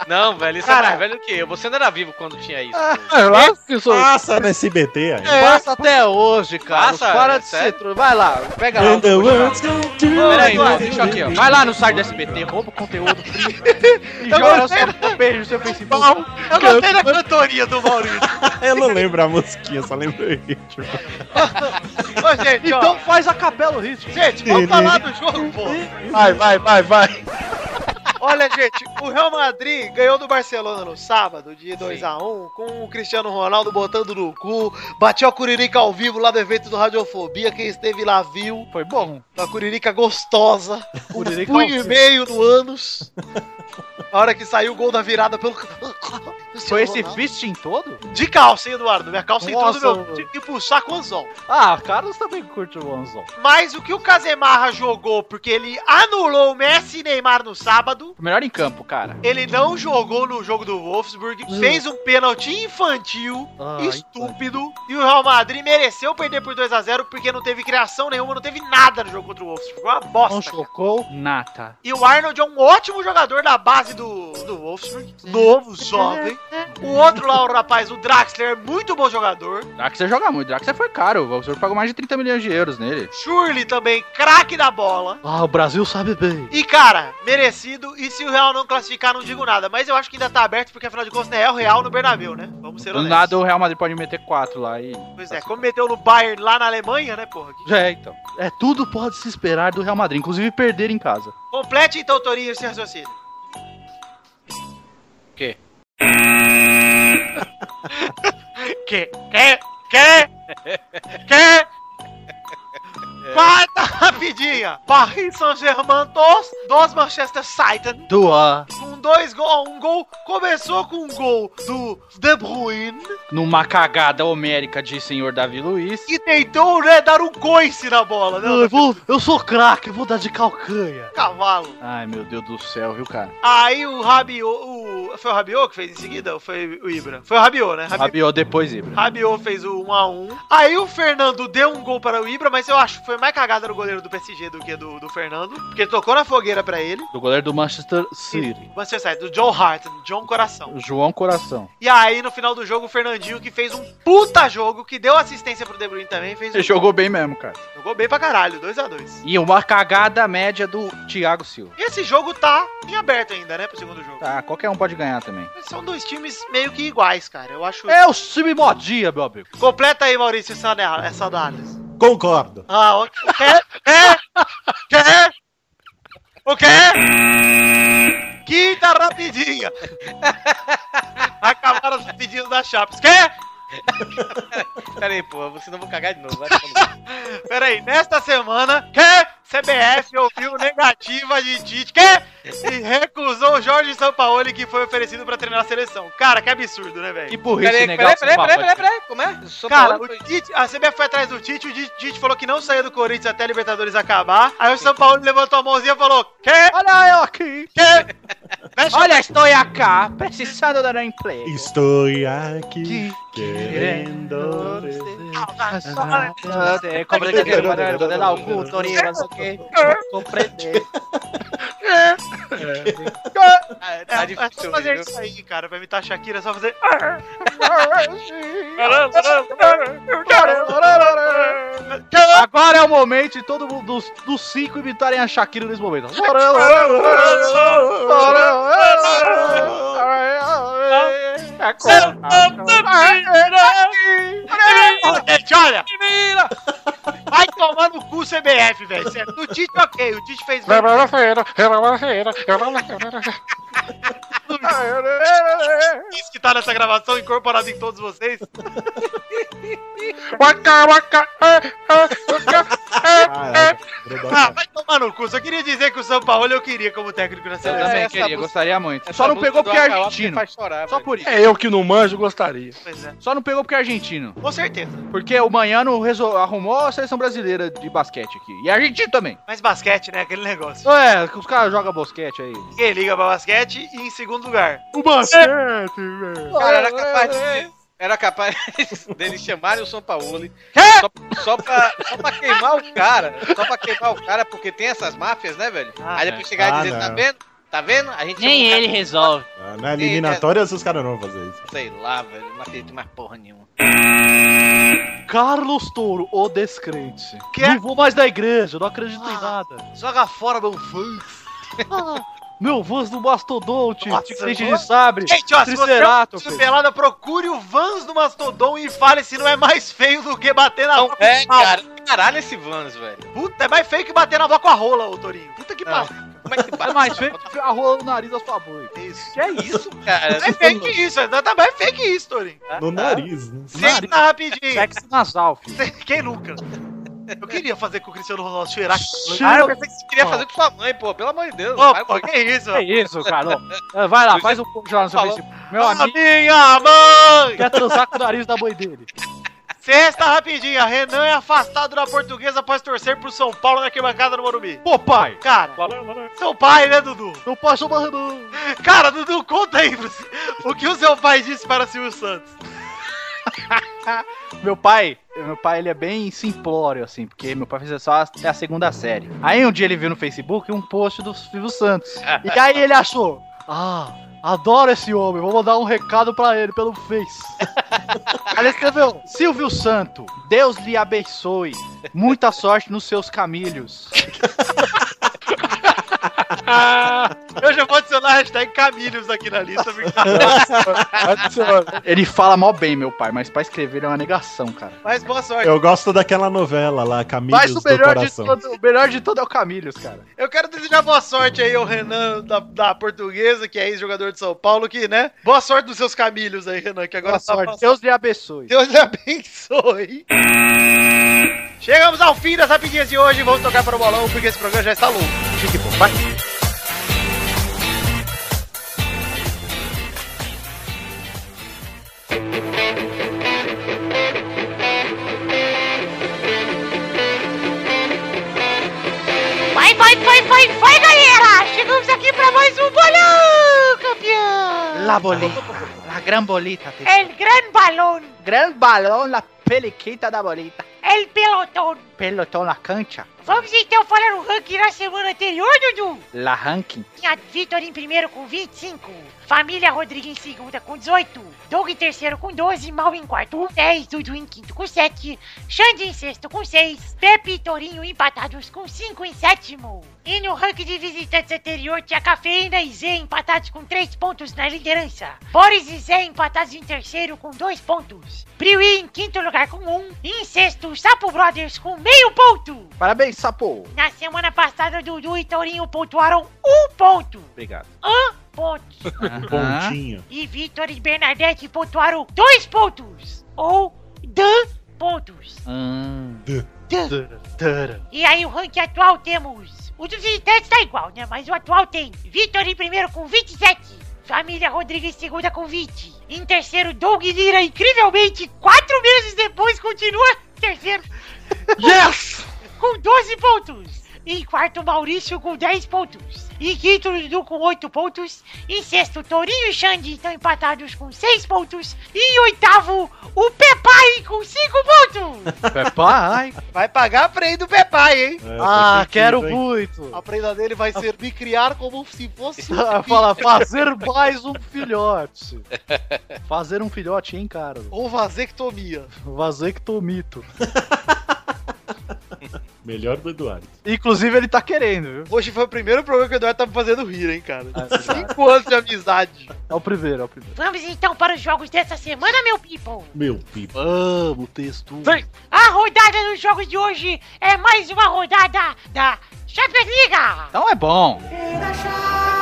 Speaker 2: Não, velho, isso é mais velho que eu. Você não era vivo quando tinha isso.
Speaker 5: É lá que sou.
Speaker 4: Passa no SBT aí.
Speaker 1: Passa até hoje, cara.
Speaker 2: Passa,
Speaker 1: para
Speaker 2: é
Speaker 1: de ser
Speaker 2: sério?
Speaker 1: tru- Vai lá, pega lá.
Speaker 4: And the world's
Speaker 1: o-
Speaker 4: gonna do
Speaker 1: Peraí, mano,
Speaker 4: it.
Speaker 1: deixa eu aqui, ó. Vai lá no site do SBT, rouba o conteúdo free e
Speaker 7: Eu
Speaker 1: joga o
Speaker 7: gostei
Speaker 1: seu beijo no seu Facebook.
Speaker 7: eu gostei da cantoria do Maurício.
Speaker 4: Eu não lembro a musiquinha, só lembro o ritmo.
Speaker 7: [LAUGHS] Ô, gente, ó.
Speaker 1: Então faz a capela o ritmo.
Speaker 7: Gente, vamos falar do jogo,
Speaker 1: [LAUGHS]
Speaker 7: pô.
Speaker 5: Vai, vai, vai, vai.
Speaker 7: Olha, gente, o Real Madrid ganhou do Barcelona no sábado, de 2x1, com o Cristiano Ronaldo botando no cu, bateu a Curirica ao vivo lá do evento do Radiofobia, quem esteve lá viu,
Speaker 1: Foi bom.
Speaker 7: uma Curirica gostosa, um
Speaker 5: Curirica ao
Speaker 7: punho e meio no ânus. A hora que saiu o gol da virada pelo...
Speaker 3: é
Speaker 1: Foi esse
Speaker 7: Ronaldo.
Speaker 1: fisting todo?
Speaker 7: De calça, hein, Eduardo? Minha calça
Speaker 1: Nossa,
Speaker 7: entrou no meu... tipo um
Speaker 1: mano.
Speaker 7: De, de puxar com anzol.
Speaker 1: Ah, Carlos também curte o Anzol.
Speaker 7: Mas o que o Casemarra jogou, porque ele anulou o Messi e Neymar no sábado...
Speaker 1: Melhor em campo, cara.
Speaker 7: Ele não jogou no jogo do Wolfsburg, fez um pênalti infantil, estúpido, e o Real Madrid mereceu perder por 2 a 0 porque não teve criação nenhuma, não teve nada no jogo contra o Wolfsburg. Foi uma
Speaker 1: Não
Speaker 7: bosta. cara.
Speaker 1: chocou nada.
Speaker 7: E o Arnold é um ótimo jogador da base do, do Wolfsburg, novo, jovem. O outro lá, o rapaz, o Draxler, é muito bom jogador.
Speaker 1: Draxler é joga muito. Draxler foi caro. O Wolfsburg pagou mais de 30 milhões de euros nele.
Speaker 7: Shurley também, craque da bola.
Speaker 1: Ah, o Brasil sabe bem.
Speaker 7: E, cara, merecido. E se o Real não classificar, não digo nada. Mas eu acho que ainda tá aberto, porque afinal de contas, né, é o Real no Bernabéu, né? Vamos ser
Speaker 1: Do
Speaker 7: honestos.
Speaker 1: nada o Real Madrid pode meter 4 lá e...
Speaker 7: Pois é, como meteu no Bayern lá na Alemanha, né, porra? Que-
Speaker 1: É, então. É, tudo pode se esperar do Real Madrid, inclusive perder em casa.
Speaker 7: Complete então, Torinho, esse raciocínio. [LAUGHS]
Speaker 2: Quê?
Speaker 7: que? Que? Que? Que? Quarta rapidinha. Paris Saint-Germain, dos, dos Manchester City.
Speaker 1: Doa.
Speaker 7: Com dois gols, um gol. Começou com um gol do De Bruyne,
Speaker 1: Numa cagada homérica de senhor Davi Luiz.
Speaker 7: que tentou, né, dar um coice na bola, né? um
Speaker 3: Eu, vou, eu sou craque, eu vou dar de calcanha.
Speaker 7: Cavalo.
Speaker 1: Ai, meu Deus do céu, viu, cara?
Speaker 7: Aí o Rabiot, o... Foi o Rabiot que fez em seguida? Ou foi o Ibra? Foi o Rabiot, né? Rabiot.
Speaker 1: Rabiou depois, Ibra.
Speaker 7: Rabiot fez o 1x1. Aí o Fernando deu um gol para o Ibra, mas eu acho que foi mais cagada do goleiro do PSG do que do, do Fernando. Porque tocou na fogueira pra ele.
Speaker 1: Do goleiro do Manchester City.
Speaker 7: Manchester United, do John Hart, do John Coração.
Speaker 1: João Coração.
Speaker 7: E aí, no final do jogo, o Fernandinho, que fez um puta jogo, que deu assistência pro De Bruyne também, fez um...
Speaker 1: Ele jogou bem mesmo, cara.
Speaker 7: jogou bem pra caralho, 2x2.
Speaker 1: E uma cagada média do Thiago Silva.
Speaker 7: Esse jogo tá em aberto ainda, né, pro segundo jogo.
Speaker 1: Tá, qualquer um pode ganhar também.
Speaker 7: São dois times meio que iguais, cara, eu acho...
Speaker 1: É o time modia, meu amigo.
Speaker 7: Completa aí, Maurício, essa, ana- essa análise.
Speaker 4: Concordo.
Speaker 7: Ah, o quê? Quê? O quê? Quinta rapidinha. [LAUGHS] Acabaram os pedidos da Chaps. Quê?
Speaker 2: Pera aí, porra, você não vou cagar de novo. Vai tomar no cu.
Speaker 7: Peraí, nesta semana, que CBF ouviu negativa de Tite, que e recusou o Jorge Sampaoli que foi oferecido pra treinar a seleção. Cara, que absurdo, né,
Speaker 1: Que
Speaker 7: velho?
Speaker 1: burrice
Speaker 2: peraí,
Speaker 1: legal.
Speaker 2: peraí, peraí, peraí, peraí, peraí, como é? Sou
Speaker 7: Cara,
Speaker 2: Paulo,
Speaker 7: o Tite, a CBF foi atrás do Tite, o Tite- Tite falou que não saía do Corinthians até a Libertadores acabar. Aí o São Paulo levantou a mãozinha e falou: Que?
Speaker 2: Ah,
Speaker 1: Olha eu aqui.
Speaker 7: Que? Fecha
Speaker 1: Olha, estou aqui, precisando dar emprego.
Speaker 4: Estou aqui
Speaker 1: Que
Speaker 4: querendo. dizer-
Speaker 1: É compreender para poder dar um o culto, não sei o quê. Compreender.
Speaker 2: tá, tá
Speaker 7: É, é
Speaker 2: difícil,
Speaker 7: só fazer
Speaker 2: viu?
Speaker 7: isso aí, cara. Vai imitar a Shakira, é só fazer.
Speaker 1: Agora é o momento de todo mundo dos, dos cinco imitarem a Shakira nesse momento.
Speaker 7: Gente, olha! Vai tomar no cu CBF, velho. sério. O Tite, ok. O Tite fez. bem. Isso que tá nessa gravação incorporado em todos vocês.
Speaker 4: Caraca,
Speaker 7: Ah, vai tomar no cu. Só queria dizer que o São Paulo eu queria como técnico na
Speaker 1: Eu
Speaker 7: seleção. É
Speaker 1: também
Speaker 2: Essa
Speaker 1: queria,
Speaker 2: música-
Speaker 1: gostaria muito.
Speaker 2: Essa
Speaker 1: É Só não
Speaker 2: música do
Speaker 1: pegou porque é
Speaker 2: Acabar me
Speaker 1: argentino.
Speaker 2: Faz chorar,
Speaker 1: Só
Speaker 2: velho.
Speaker 1: por isso.
Speaker 5: É eu que não manjo, gostaria.
Speaker 7: Pois é.
Speaker 1: Só não pegou porque é argentino.
Speaker 7: Com certeza.
Speaker 1: Porque o Manhano resol- arrumou a seleção brasileira de basquete aqui. E é argentino também.
Speaker 7: Mas basquete, né? Aquele negócio.
Speaker 1: É, que os caras jogam basquete aí.
Speaker 7: Ninguém liga pra basquete e em segundo lugar.
Speaker 2: Cara, era capaz
Speaker 1: é,
Speaker 2: de... Era capaz [LAUGHS] deles chamarem o São Paulo só, só, pra, só pra queimar o cara. Só pra queimar o cara, porque tem essas máfias, né, velho?
Speaker 7: Ah,
Speaker 2: Aí depois chegar
Speaker 4: Ah,
Speaker 2: e dizer, tá
Speaker 4: não.
Speaker 2: vendo? Tá vendo? A gente Nem ele resolve.
Speaker 4: Ah, Na eliminatória, os caras não vão fazer isso.
Speaker 2: Sei lá, velho. Não acredito mais porra nenhuma.
Speaker 1: Carlos Touro, o descrente.
Speaker 7: Quê?
Speaker 1: Não vou mais da igreja, não acredito em
Speaker 7: é? Ah.
Speaker 1: nada.
Speaker 2: Joga fora, meu fã.
Speaker 1: Meu Vans do Mastodonte,
Speaker 7: Nossa,
Speaker 1: Tigre
Speaker 7: boa.
Speaker 1: de Sabre.
Speaker 7: Gente, ó, se você é um
Speaker 1: Triceratops.
Speaker 7: tio pelada, procure o Vans do Mastodon e fale se não é mais feio do que bater na avó com
Speaker 2: É,
Speaker 7: pau.
Speaker 2: cara. Caralho, esse Vans, velho.
Speaker 7: Puta, é mais feio que bater na avó com a rola, ô Torinho. Puta que
Speaker 2: Não.
Speaker 7: pariu.
Speaker 2: Como é que
Speaker 1: É
Speaker 2: bate
Speaker 1: mais
Speaker 2: essa
Speaker 1: feio
Speaker 2: foto?
Speaker 1: que a rola no nariz da sua mãe.
Speaker 2: Que é isso,
Speaker 7: É
Speaker 2: cara?
Speaker 7: mais feio que isso, é tá mais feio que isso, Torinho.
Speaker 1: Ah,
Speaker 4: No
Speaker 1: tá.
Speaker 4: nariz, né?
Speaker 7: Senta rapidinho.
Speaker 1: Sexo nasal, filho.
Speaker 7: [LAUGHS] Quem nunca? Eu queria fazer com o Cristiano Ronaldo
Speaker 1: Tá
Speaker 7: cheirar.
Speaker 2: Ah, eu pensei que você queria fazer com sua mãe, pô. Pelo amor de Deus.
Speaker 7: Ô,
Speaker 2: Vai,
Speaker 7: pô, que isso?
Speaker 1: É isso, cara. ó. Vai lá, faz um post lá no seu
Speaker 2: Falou.
Speaker 1: Facebook. Meu
Speaker 7: A
Speaker 1: amigo
Speaker 7: minha mãe!
Speaker 1: quer transar com o nariz da mãe dele.
Speaker 7: Sexta rapidinha, Renan é afastado da portuguesa após torcer pro São Paulo na arquibancada no Morumbi.
Speaker 1: Pô, pai,
Speaker 7: Cara, seu pai, né, Dudu?
Speaker 1: não posso mais não.
Speaker 7: Cara, Dudu, conta aí pra você. o que o seu pai disse para Silvio Santos.
Speaker 1: Meu pai, meu pai, ele é bem simplório, assim, porque meu pai fez só até a segunda série. Aí um dia ele viu no Facebook um post do Silvio Santos. E aí ele achou, ah, adoro esse homem, vou mandar um recado pra ele
Speaker 4: [LAUGHS]
Speaker 1: pelo Face. Aí ele escreveu, Silvio Santo, Deus lhe abençoe, muita sorte nos seus
Speaker 4: [LAUGHS]
Speaker 1: caminhos.
Speaker 7: Eu já vou adicionar a hashtag Camilhos aqui na lista, porque
Speaker 1: Ele fala mal bem, meu pai, mas pra escrever é uma negação, cara.
Speaker 7: mas boa sorte.
Speaker 4: Eu gosto daquela novela lá, Caminhos
Speaker 1: Mas o
Speaker 4: do
Speaker 1: melhor, de
Speaker 4: Coração.
Speaker 1: todo, o melhor de todo é o Camilhos, cara.
Speaker 7: Eu quero desejar boa sorte aí ao Renan da, da Portuguesa, que é ex-jogador de São Paulo, que, né? Boa sorte nos seus Camilhos aí, Renan, que agora
Speaker 1: Boa
Speaker 7: tá
Speaker 1: sorte,
Speaker 7: passando.
Speaker 1: Deus lhe abençoe.
Speaker 7: Deus lhe abençoe. Chegamos ao fim das rapidinhas de hoje. Vamos tocar para o bolão porque esse programa já está louco. Fique bom, vai.
Speaker 9: Vai, vai, vai, vai, vai, galera! Chegamos aqui pra mais um bolão, campeão!
Speaker 1: La bolita. La gran bolita. te-
Speaker 9: El gran balón,
Speaker 1: Gran balão na peliquita da bolita.
Speaker 9: el pelotão.
Speaker 1: Pelotão na cancha.
Speaker 9: Vamos então falar o ranking na semana anterior, Dudu.
Speaker 1: La ranking.
Speaker 9: Tinha Vitor em primeiro com 25, Família Rodrigues em segunda com 18, Doug em terceiro com 12, Mal em quarto com 10, Dudu em quinto com 7, Xande em sexto com 6, Pepe e Torinho empatados com 5 em sétimo. E no ranking de visitantes anterior tinha Cafeína e Zé empatados com 3 pontos na liderança, Boris e Zé empatados em terceiro com 2 pontos, Priui em quinto lugar com 1 um, e em sexto Sapo Brothers com meio ponto.
Speaker 1: Parabéns, sapo.
Speaker 9: Na semana passada, Dudu e Torinho pontuaram um ponto.
Speaker 1: Obrigado.
Speaker 9: Um ponto.
Speaker 4: Ah. Pontinho.
Speaker 9: E Vitor e Bernadette pontuaram dois pontos. Ou dan pontos.
Speaker 1: Hum.
Speaker 9: E aí o ranking atual temos. O dos visitantes tá igual, né? Mas o atual tem Vitor em primeiro com 27. Família Rodrigues em segunda com 20. Em terceiro, Doug Lira, incrivelmente, quatro meses depois, continua em terceiro.
Speaker 5: Yes!
Speaker 9: com 12 pontos. Em quarto, Maurício com 10 pontos. Em quinto, Dudu com 8 pontos. Em sexto, Torinho e Xande estão empatados com 6 pontos. E em oitavo, o Pepai com 5 pontos.
Speaker 1: É Papai.
Speaker 7: Vai pagar a prenda do Pepai, hein?
Speaker 4: É,
Speaker 1: ah,
Speaker 4: faz sentido,
Speaker 1: quero
Speaker 4: hein?
Speaker 1: muito.
Speaker 7: A prenda dele vai ser me criar como se fosse um
Speaker 1: [LAUGHS] Fala, fazer mais um filhote. Fazer um filhote, hein, cara?
Speaker 7: ou vasectomia.
Speaker 1: Vasectomito.
Speaker 4: Melhor do Eduardo.
Speaker 1: Inclusive, ele tá querendo, viu?
Speaker 7: Hoje foi o primeiro programa que o Eduardo tá me fazendo rir, hein, cara?
Speaker 1: É,
Speaker 7: Cinco anos de amizade.
Speaker 1: o primeiro, é o primeiro.
Speaker 9: Vamos então para os jogos dessa semana, meu people.
Speaker 4: Meu pipa.
Speaker 1: Vamos, texto.
Speaker 9: A rodada dos jogos de hoje é mais uma rodada da Champions League.
Speaker 1: Então é bom.
Speaker 5: é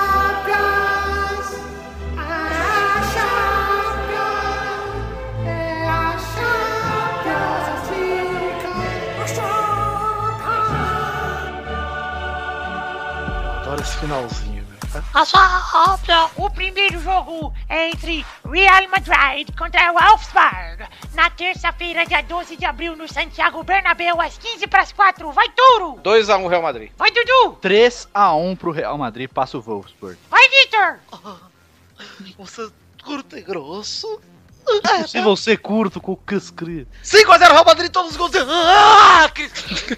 Speaker 7: Adoro esse finalzinho, velho.
Speaker 9: O primeiro jogo é entre Real Madrid contra o Wolfsburg. Na terça-feira, dia 12 de abril, no Santiago Bernabéu, às 15 para as 4. Vai, Touro!
Speaker 2: 2x1 Real Madrid.
Speaker 9: Vai, Dudu!
Speaker 1: 3x1 pro Real Madrid, passa o Wolfsburg.
Speaker 9: Vai, Victor!
Speaker 7: Você é um curto e grosso.
Speaker 1: Se você curto com o Cascri.
Speaker 7: 5x0 Real Madrid, todos os gols. Ah, Cristo.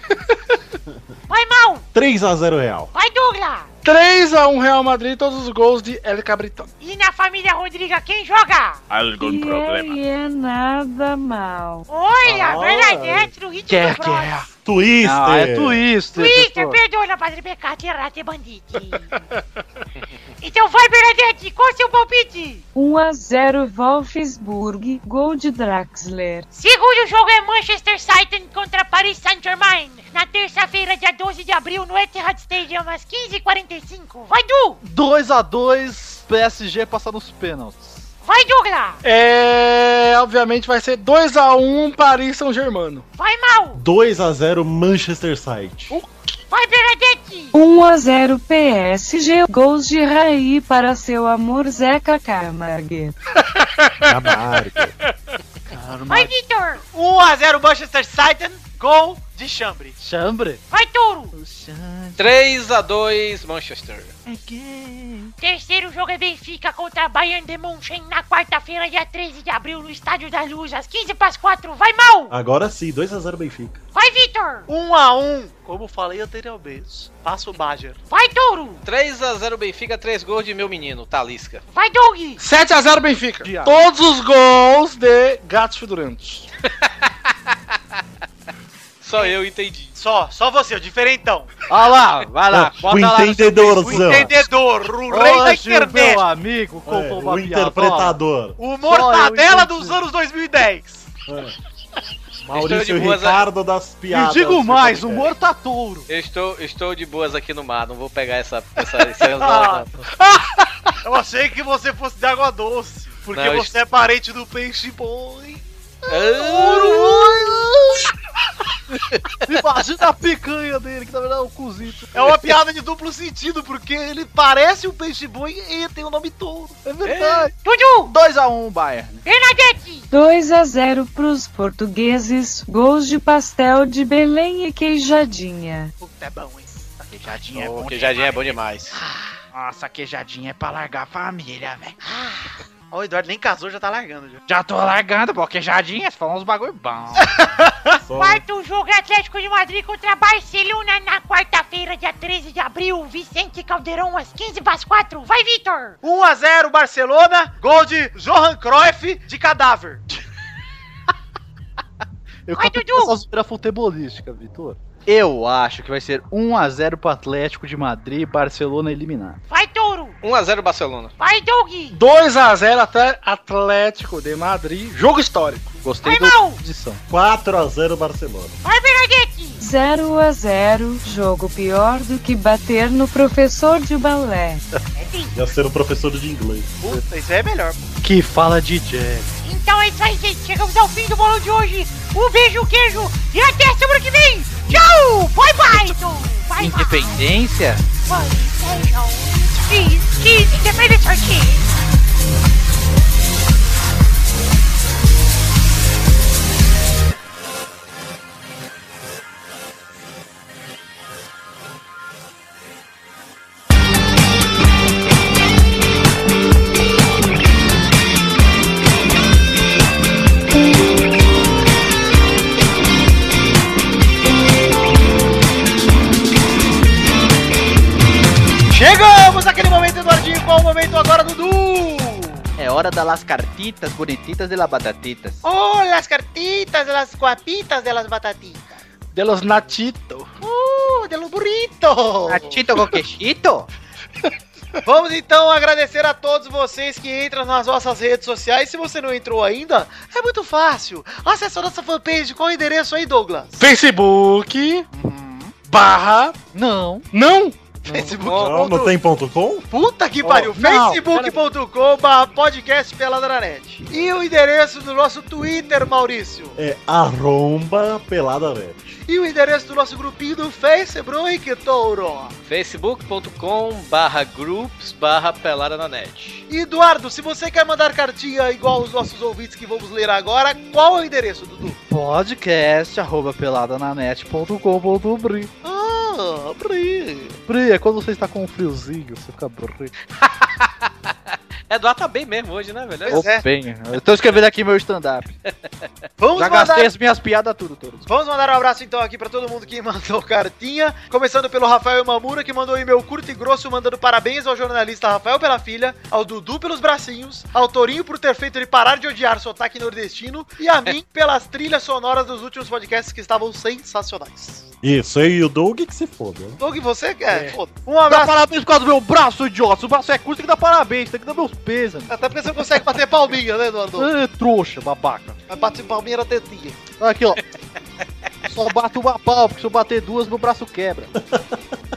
Speaker 9: Vai, Mal!
Speaker 4: 3x0 Real.
Speaker 9: Vai, Douglas!
Speaker 5: 3x1 Real Madrid, todos os gols de El Cabritão.
Speaker 9: E na família Rodriga, quem joga?
Speaker 10: Algum problema. é nada mal.
Speaker 9: Olha,
Speaker 4: Ah,
Speaker 9: Bernadette no ritmo
Speaker 1: Quer,
Speaker 9: do Bros.
Speaker 1: quer.
Speaker 4: Twister.
Speaker 1: Ah, é Twister.
Speaker 9: Twitter,
Speaker 1: doutor.
Speaker 9: perdona, Padre Pecado, errado e bandido. então vai, Bernadette, qual o seu palpite?
Speaker 10: 1 a 0 Wolfsburg, gol de Draxler.
Speaker 9: Segundo jogo é Manchester City contra Paris Saint-Germain. Na terça-feira, dia 12 de abril, no Etihad Stadium, às 15h45. Vai, Du!
Speaker 1: 2x2, PSG passa nos pênaltis.
Speaker 9: Vai, Douglas!
Speaker 5: É. Obviamente vai ser 2x1 Paris São Germano.
Speaker 9: Vai, Mal!
Speaker 4: 2x0 Manchester City.
Speaker 9: Vai, Bernadette!
Speaker 10: 1 a 0 PSG, gols de Raí para seu amor Zeca Camargue.
Speaker 4: Camargo.
Speaker 9: Vai, Vitor!
Speaker 7: 1x0 Manchester City, gol de Chambre.
Speaker 1: Chambre?
Speaker 9: Vai, Touro!
Speaker 2: 3x2 Manchester.
Speaker 9: Terceiro jogo é Benfica contra Bayern de München na quarta-feira, dia 13 de abril, no Estádio da Luz, às 15 para 4. Vai, Mal!
Speaker 4: Agora sim, 2x0 Benfica.
Speaker 9: Vai, Vitor!
Speaker 7: 1x1, como falei anteriormente. Passa o Bajer.
Speaker 9: Vai, Touro!
Speaker 2: 3x0 Benfica, 3 gols de meu menino, Talisca.
Speaker 9: Vai, Doug!
Speaker 5: 7x0 Benfica. Todos os gols de Gatos Fedorentos.
Speaker 2: Só eu entendi.
Speaker 7: Só, só você, o diferentão.
Speaker 1: Olha Ah lá, vai lá.
Speaker 4: O
Speaker 1: bota lá no seu
Speaker 4: entendedorzão.
Speaker 1: Facebook.
Speaker 7: Entendedor, o rei da
Speaker 1: Hoje, o meu
Speaker 7: internet.
Speaker 1: amigo
Speaker 4: É,
Speaker 1: contou uma
Speaker 4: o
Speaker 1: piada.
Speaker 4: interpretador.
Speaker 7: O
Speaker 1: Só
Speaker 7: mortadela
Speaker 1: eu entendi.
Speaker 7: dos anos 2010.
Speaker 4: Maurício
Speaker 2: de boas,
Speaker 4: Ricardo das
Speaker 1: E
Speaker 4: piadas.
Speaker 1: digo mais, o
Speaker 7: um
Speaker 4: o
Speaker 1: Mortatouro.
Speaker 2: Eu estou, eu estou de boas aqui no mar, não vou pegar essa. essa,
Speaker 7: [LAUGHS]
Speaker 2: essa
Speaker 7: Ah, Eu achei que você fosse de água doce. Porque
Speaker 2: Não,
Speaker 7: Ah. você é parente do peixe boi.
Speaker 2: Ah,
Speaker 3: Imagina a picanha dele, que na verdade é um cozito.
Speaker 7: É uma piada de duplo sentido, porque ele parece um peixe boi e tem o nome todo. É verdade.
Speaker 1: Tudo! 2x1, um, Bayern.
Speaker 9: Bernadette!
Speaker 10: 2 a 0 pros portugueses, gols de pastel de Belém e queijadinha.
Speaker 9: Puta, é bom, hein? Essa queijadinha é
Speaker 2: Ô,
Speaker 9: bom
Speaker 2: queijadinha é
Speaker 9: demais.
Speaker 2: bom demais.
Speaker 1: né? Nossa, queijadinha é pra largar a família, velho.
Speaker 7: Ó, o Eduardo nem casou, já tá largando. Já.
Speaker 1: Já tô largando, pô. Queijadinha, você falou uns bagulho bom.
Speaker 9: Quarto jogo é Atlético de Madrid contra Barcelona na quarta-feira, dia 13 de abril. Vicente Caldeirão, às 15 para as 4. Vai, Vitor!
Speaker 7: 1x0 Barcelona, gol de Johan Cruyff de cadáver.
Speaker 1: Eu
Speaker 9: Vai,
Speaker 1: captei
Speaker 9: Dudu!
Speaker 1: essa zoeira futebolística, Vitor. Eu acho que vai ser 1x0 pro Atlético de Madrid e Barcelona eliminar.
Speaker 9: Vai, Touro!
Speaker 2: 1x0 Barcelona.
Speaker 9: Vai, Doug!
Speaker 5: 2x0 até Atlético de Madrid. Jogo histórico.
Speaker 1: Gostei
Speaker 9: Vai,
Speaker 1: da
Speaker 9: Mal!
Speaker 1: edição.
Speaker 4: 4x0 Barcelona.
Speaker 9: Vai, Bernadette!
Speaker 10: 0 a 0 jogo pior do que bater no professor de balé.
Speaker 9: É sim.
Speaker 4: Já ser um professor de inglês.
Speaker 7: Puta, isso aí é melhor.
Speaker 1: Que fala de jazz.
Speaker 9: Então é isso aí, gente. Chegamos ao fim do bolão de hoje. Um beijo, um queijo e até semana que vem. Tchau! Bye, bye, Touro! Bye, bye!
Speaker 1: Independência?
Speaker 9: Bye, beijão. Cheese, cheese, independência, cheese!
Speaker 7: Chegamos àquele momento, Eduardinho. Qual o momento agora, Dudu?
Speaker 1: É hora das las cartitas bonititas de la batatitas.
Speaker 7: Oh, las cartitas, las guapitas de las batatitas.
Speaker 5: Delos Natito.
Speaker 7: Uh, de los burritos.
Speaker 1: Atito com queixito?
Speaker 7: Vamos então agradecer a todos vocês que entram nas nossas redes sociais. Se você não entrou ainda, é muito fácil. Acesse a nossa fanpage. Qual o endereço aí, Douglas?
Speaker 5: Facebook. Barra.
Speaker 1: Não.
Speaker 5: Não.
Speaker 7: Facebook.
Speaker 4: Não, não tem ponto com?
Speaker 7: Puta que pariu!
Speaker 5: não,
Speaker 7: Facebook.com.br podcast peladranet. E o endereço do nosso Twitter, Maurício.
Speaker 4: É arromba pelada velha.
Speaker 7: E o endereço do nosso grupinho do Facebook, Touro.
Speaker 2: facebook.com barra groups barra pelada na net.
Speaker 7: Eduardo, se você quer mandar cartinha igual os nossos ouvintes que vamos ler agora, qual é o endereço, Dudu?
Speaker 1: Podcast arroba peladananet.com.br
Speaker 7: Ah, abri.
Speaker 1: Pri, é quando você está com um friozinho, você fica burro.
Speaker 2: Eduardo tá bem mesmo hoje, né, velho?
Speaker 7: Pois é.
Speaker 1: bem, eu tô escrevendo aqui meu stand-up.
Speaker 7: Vamos
Speaker 1: Já
Speaker 7: mandar
Speaker 1: gastei as minhas piadas tudo, todos.
Speaker 7: Vamos mandar um abraço então aqui pra todo mundo que [LAUGHS] mandou cartinha. Começando pelo Rafael Mamura, que mandou um e-mail curto e grosso, mandando parabéns ao jornalista Rafael pela filha, ao Dudu pelos bracinhos, ao Torinho por ter feito ele parar de odiar sotaque nordestino e a mim pelas trilhas sonoras dos últimos podcasts que estavam sensacionais.
Speaker 4: Isso, eu e o Doug que se foda. né?
Speaker 7: Doug, você quer?
Speaker 1: É.
Speaker 7: Foda. Um
Speaker 1: [LAUGHS]
Speaker 7: abraço.
Speaker 1: parabéns por causa do meu braço, idiota. Se o braço é curto, tem que dar parabéns, tem que dar meus pêsames.
Speaker 7: Até porque você não consegue bater palminha, né, Eduardo?
Speaker 1: É, trouxa, babaca.
Speaker 7: Vai bater palminha na tetinha.
Speaker 1: Aqui, ó. Só bato uma pau, porque se eu bater duas, meu braço quebra.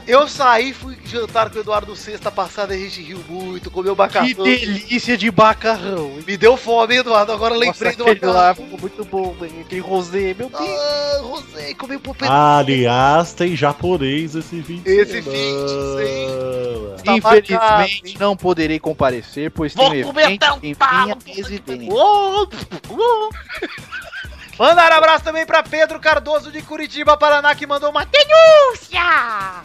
Speaker 7: Eu saí, fui jantar com o Eduardo sexta passada e a gente riu muito, comeu
Speaker 1: Que
Speaker 7: macarrão.
Speaker 1: delícia de macarrão. hein?
Speaker 7: Me deu fome, hein, Eduardo. Agora eu lembrei
Speaker 1: Nossa,
Speaker 7: do
Speaker 1: aquele lá
Speaker 7: macarrão.
Speaker 1: ficou muito bom, velho. Aquele rosé, meu Deus.
Speaker 7: Ah, Rosei, comi um pupetão.
Speaker 4: Aliás, tem japonês esse vídeo.
Speaker 7: Esse
Speaker 4: vídeo,
Speaker 7: tá
Speaker 1: Infelizmente não poderei comparecer, pois
Speaker 9: Vou
Speaker 1: tem um
Speaker 9: comer até
Speaker 1: evento
Speaker 9: um
Speaker 1: em
Speaker 9: pau,
Speaker 1: minha
Speaker 9: puta que
Speaker 1: residência.
Speaker 7: Uou, uou. Mandar abraço também pra Pedro Cardoso de Curitiba, Paraná, que mandou uma. Ele
Speaker 9: Tchau!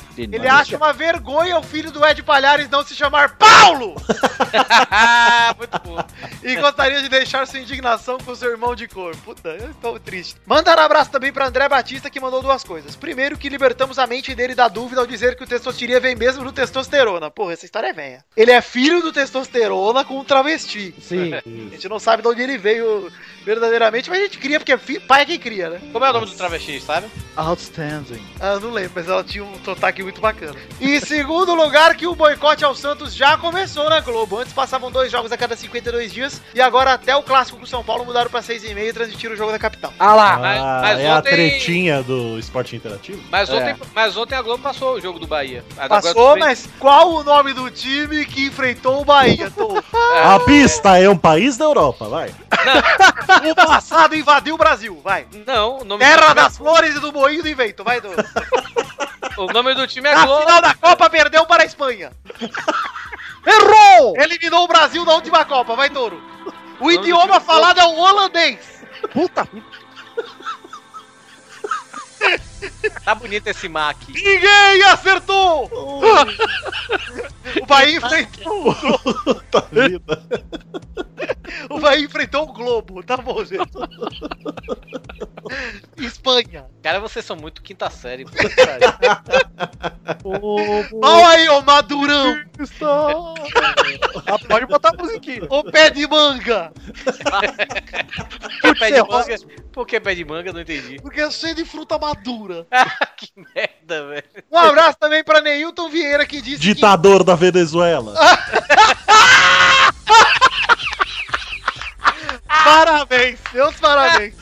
Speaker 7: acha uma vergonha o filho do Ed Palhares não se chamar Paulo!
Speaker 2: [LAUGHS] Muito bom.
Speaker 7: E gostaria de deixar sua indignação com seu irmão de cor. Puta, eu estou triste. Mandar um abraço também pra André Batista, que mandou duas coisas. Primeiro, que libertamos a mente dele da dúvida ao dizer que o testosteria vem mesmo do testosterona. Porra, essa história é velha. Ele é filho do testosterona com um travesti. [LAUGHS]
Speaker 1: Sim.
Speaker 7: A gente não sabe de onde ele veio verdadeiramente, mas a gente cria, porque fi- pai é quem cria, né?
Speaker 2: Como é o nome do travesti, sabe?
Speaker 1: Outstanding.
Speaker 7: Ah, eu não lembro, mas ela tinha um sotaque muito bacana. E segundo lugar, que o boicote ao Santos já começou na Globo. Antes passavam dois jogos a cada 52 dias e agora até o clássico com o São Paulo mudaram pra 6 e meia e transmitiram o jogo da capital.
Speaker 4: Ah lá!
Speaker 2: Mas- mas
Speaker 4: é a
Speaker 2: ontem-
Speaker 4: tretinha do esporte interativo?
Speaker 2: Mas ontem,
Speaker 4: É.
Speaker 2: mas ontem a Globo passou o jogo do Bahia. Agora
Speaker 7: Passou,
Speaker 2: também-
Speaker 7: mas qual o nome do time que enfrentou o Bahia, Tom?
Speaker 2: Ah,
Speaker 7: Ah.
Speaker 4: A pista é um país da Europa, vai.
Speaker 7: O passado invadiu o Brasil, vai.
Speaker 2: Não, o nome
Speaker 7: Terra
Speaker 2: do time
Speaker 7: das flores e do moinho do
Speaker 2: [LAUGHS]
Speaker 7: invento, vai, Dom.
Speaker 2: é- o nome do time é
Speaker 7: Na
Speaker 2: Globo.
Speaker 7: final da Copa perdeu para a Espanha. Errou! Eliminou o Brasil na última Copa, vai, Touro. O idioma falado é o holandês.
Speaker 4: Puta!
Speaker 2: Tá bonito esse mar aqui.
Speaker 7: Ninguém acertou! o Bahia enfrentou.
Speaker 4: Puta vida.
Speaker 7: O Bahia enfrentou o Globo, tá bom, gente. Espanha.
Speaker 2: Cara, vocês são muito quinta série. pô.
Speaker 7: Olha aí, ô Madurão!
Speaker 1: Ah, pode botar a musiquinha.
Speaker 7: Ô pé de manga!
Speaker 2: Pé de manga. Por que pé de manga? Eu Não entendi. Ah,
Speaker 7: Porque é cheio de fruta
Speaker 2: [LAUGHS]
Speaker 7: madura.
Speaker 2: Que merda, velho.
Speaker 7: Um abraço também pra Neilton Vieira que disse que
Speaker 4: Ditador da Venezuela.
Speaker 7: Parabéns, meus parabéns.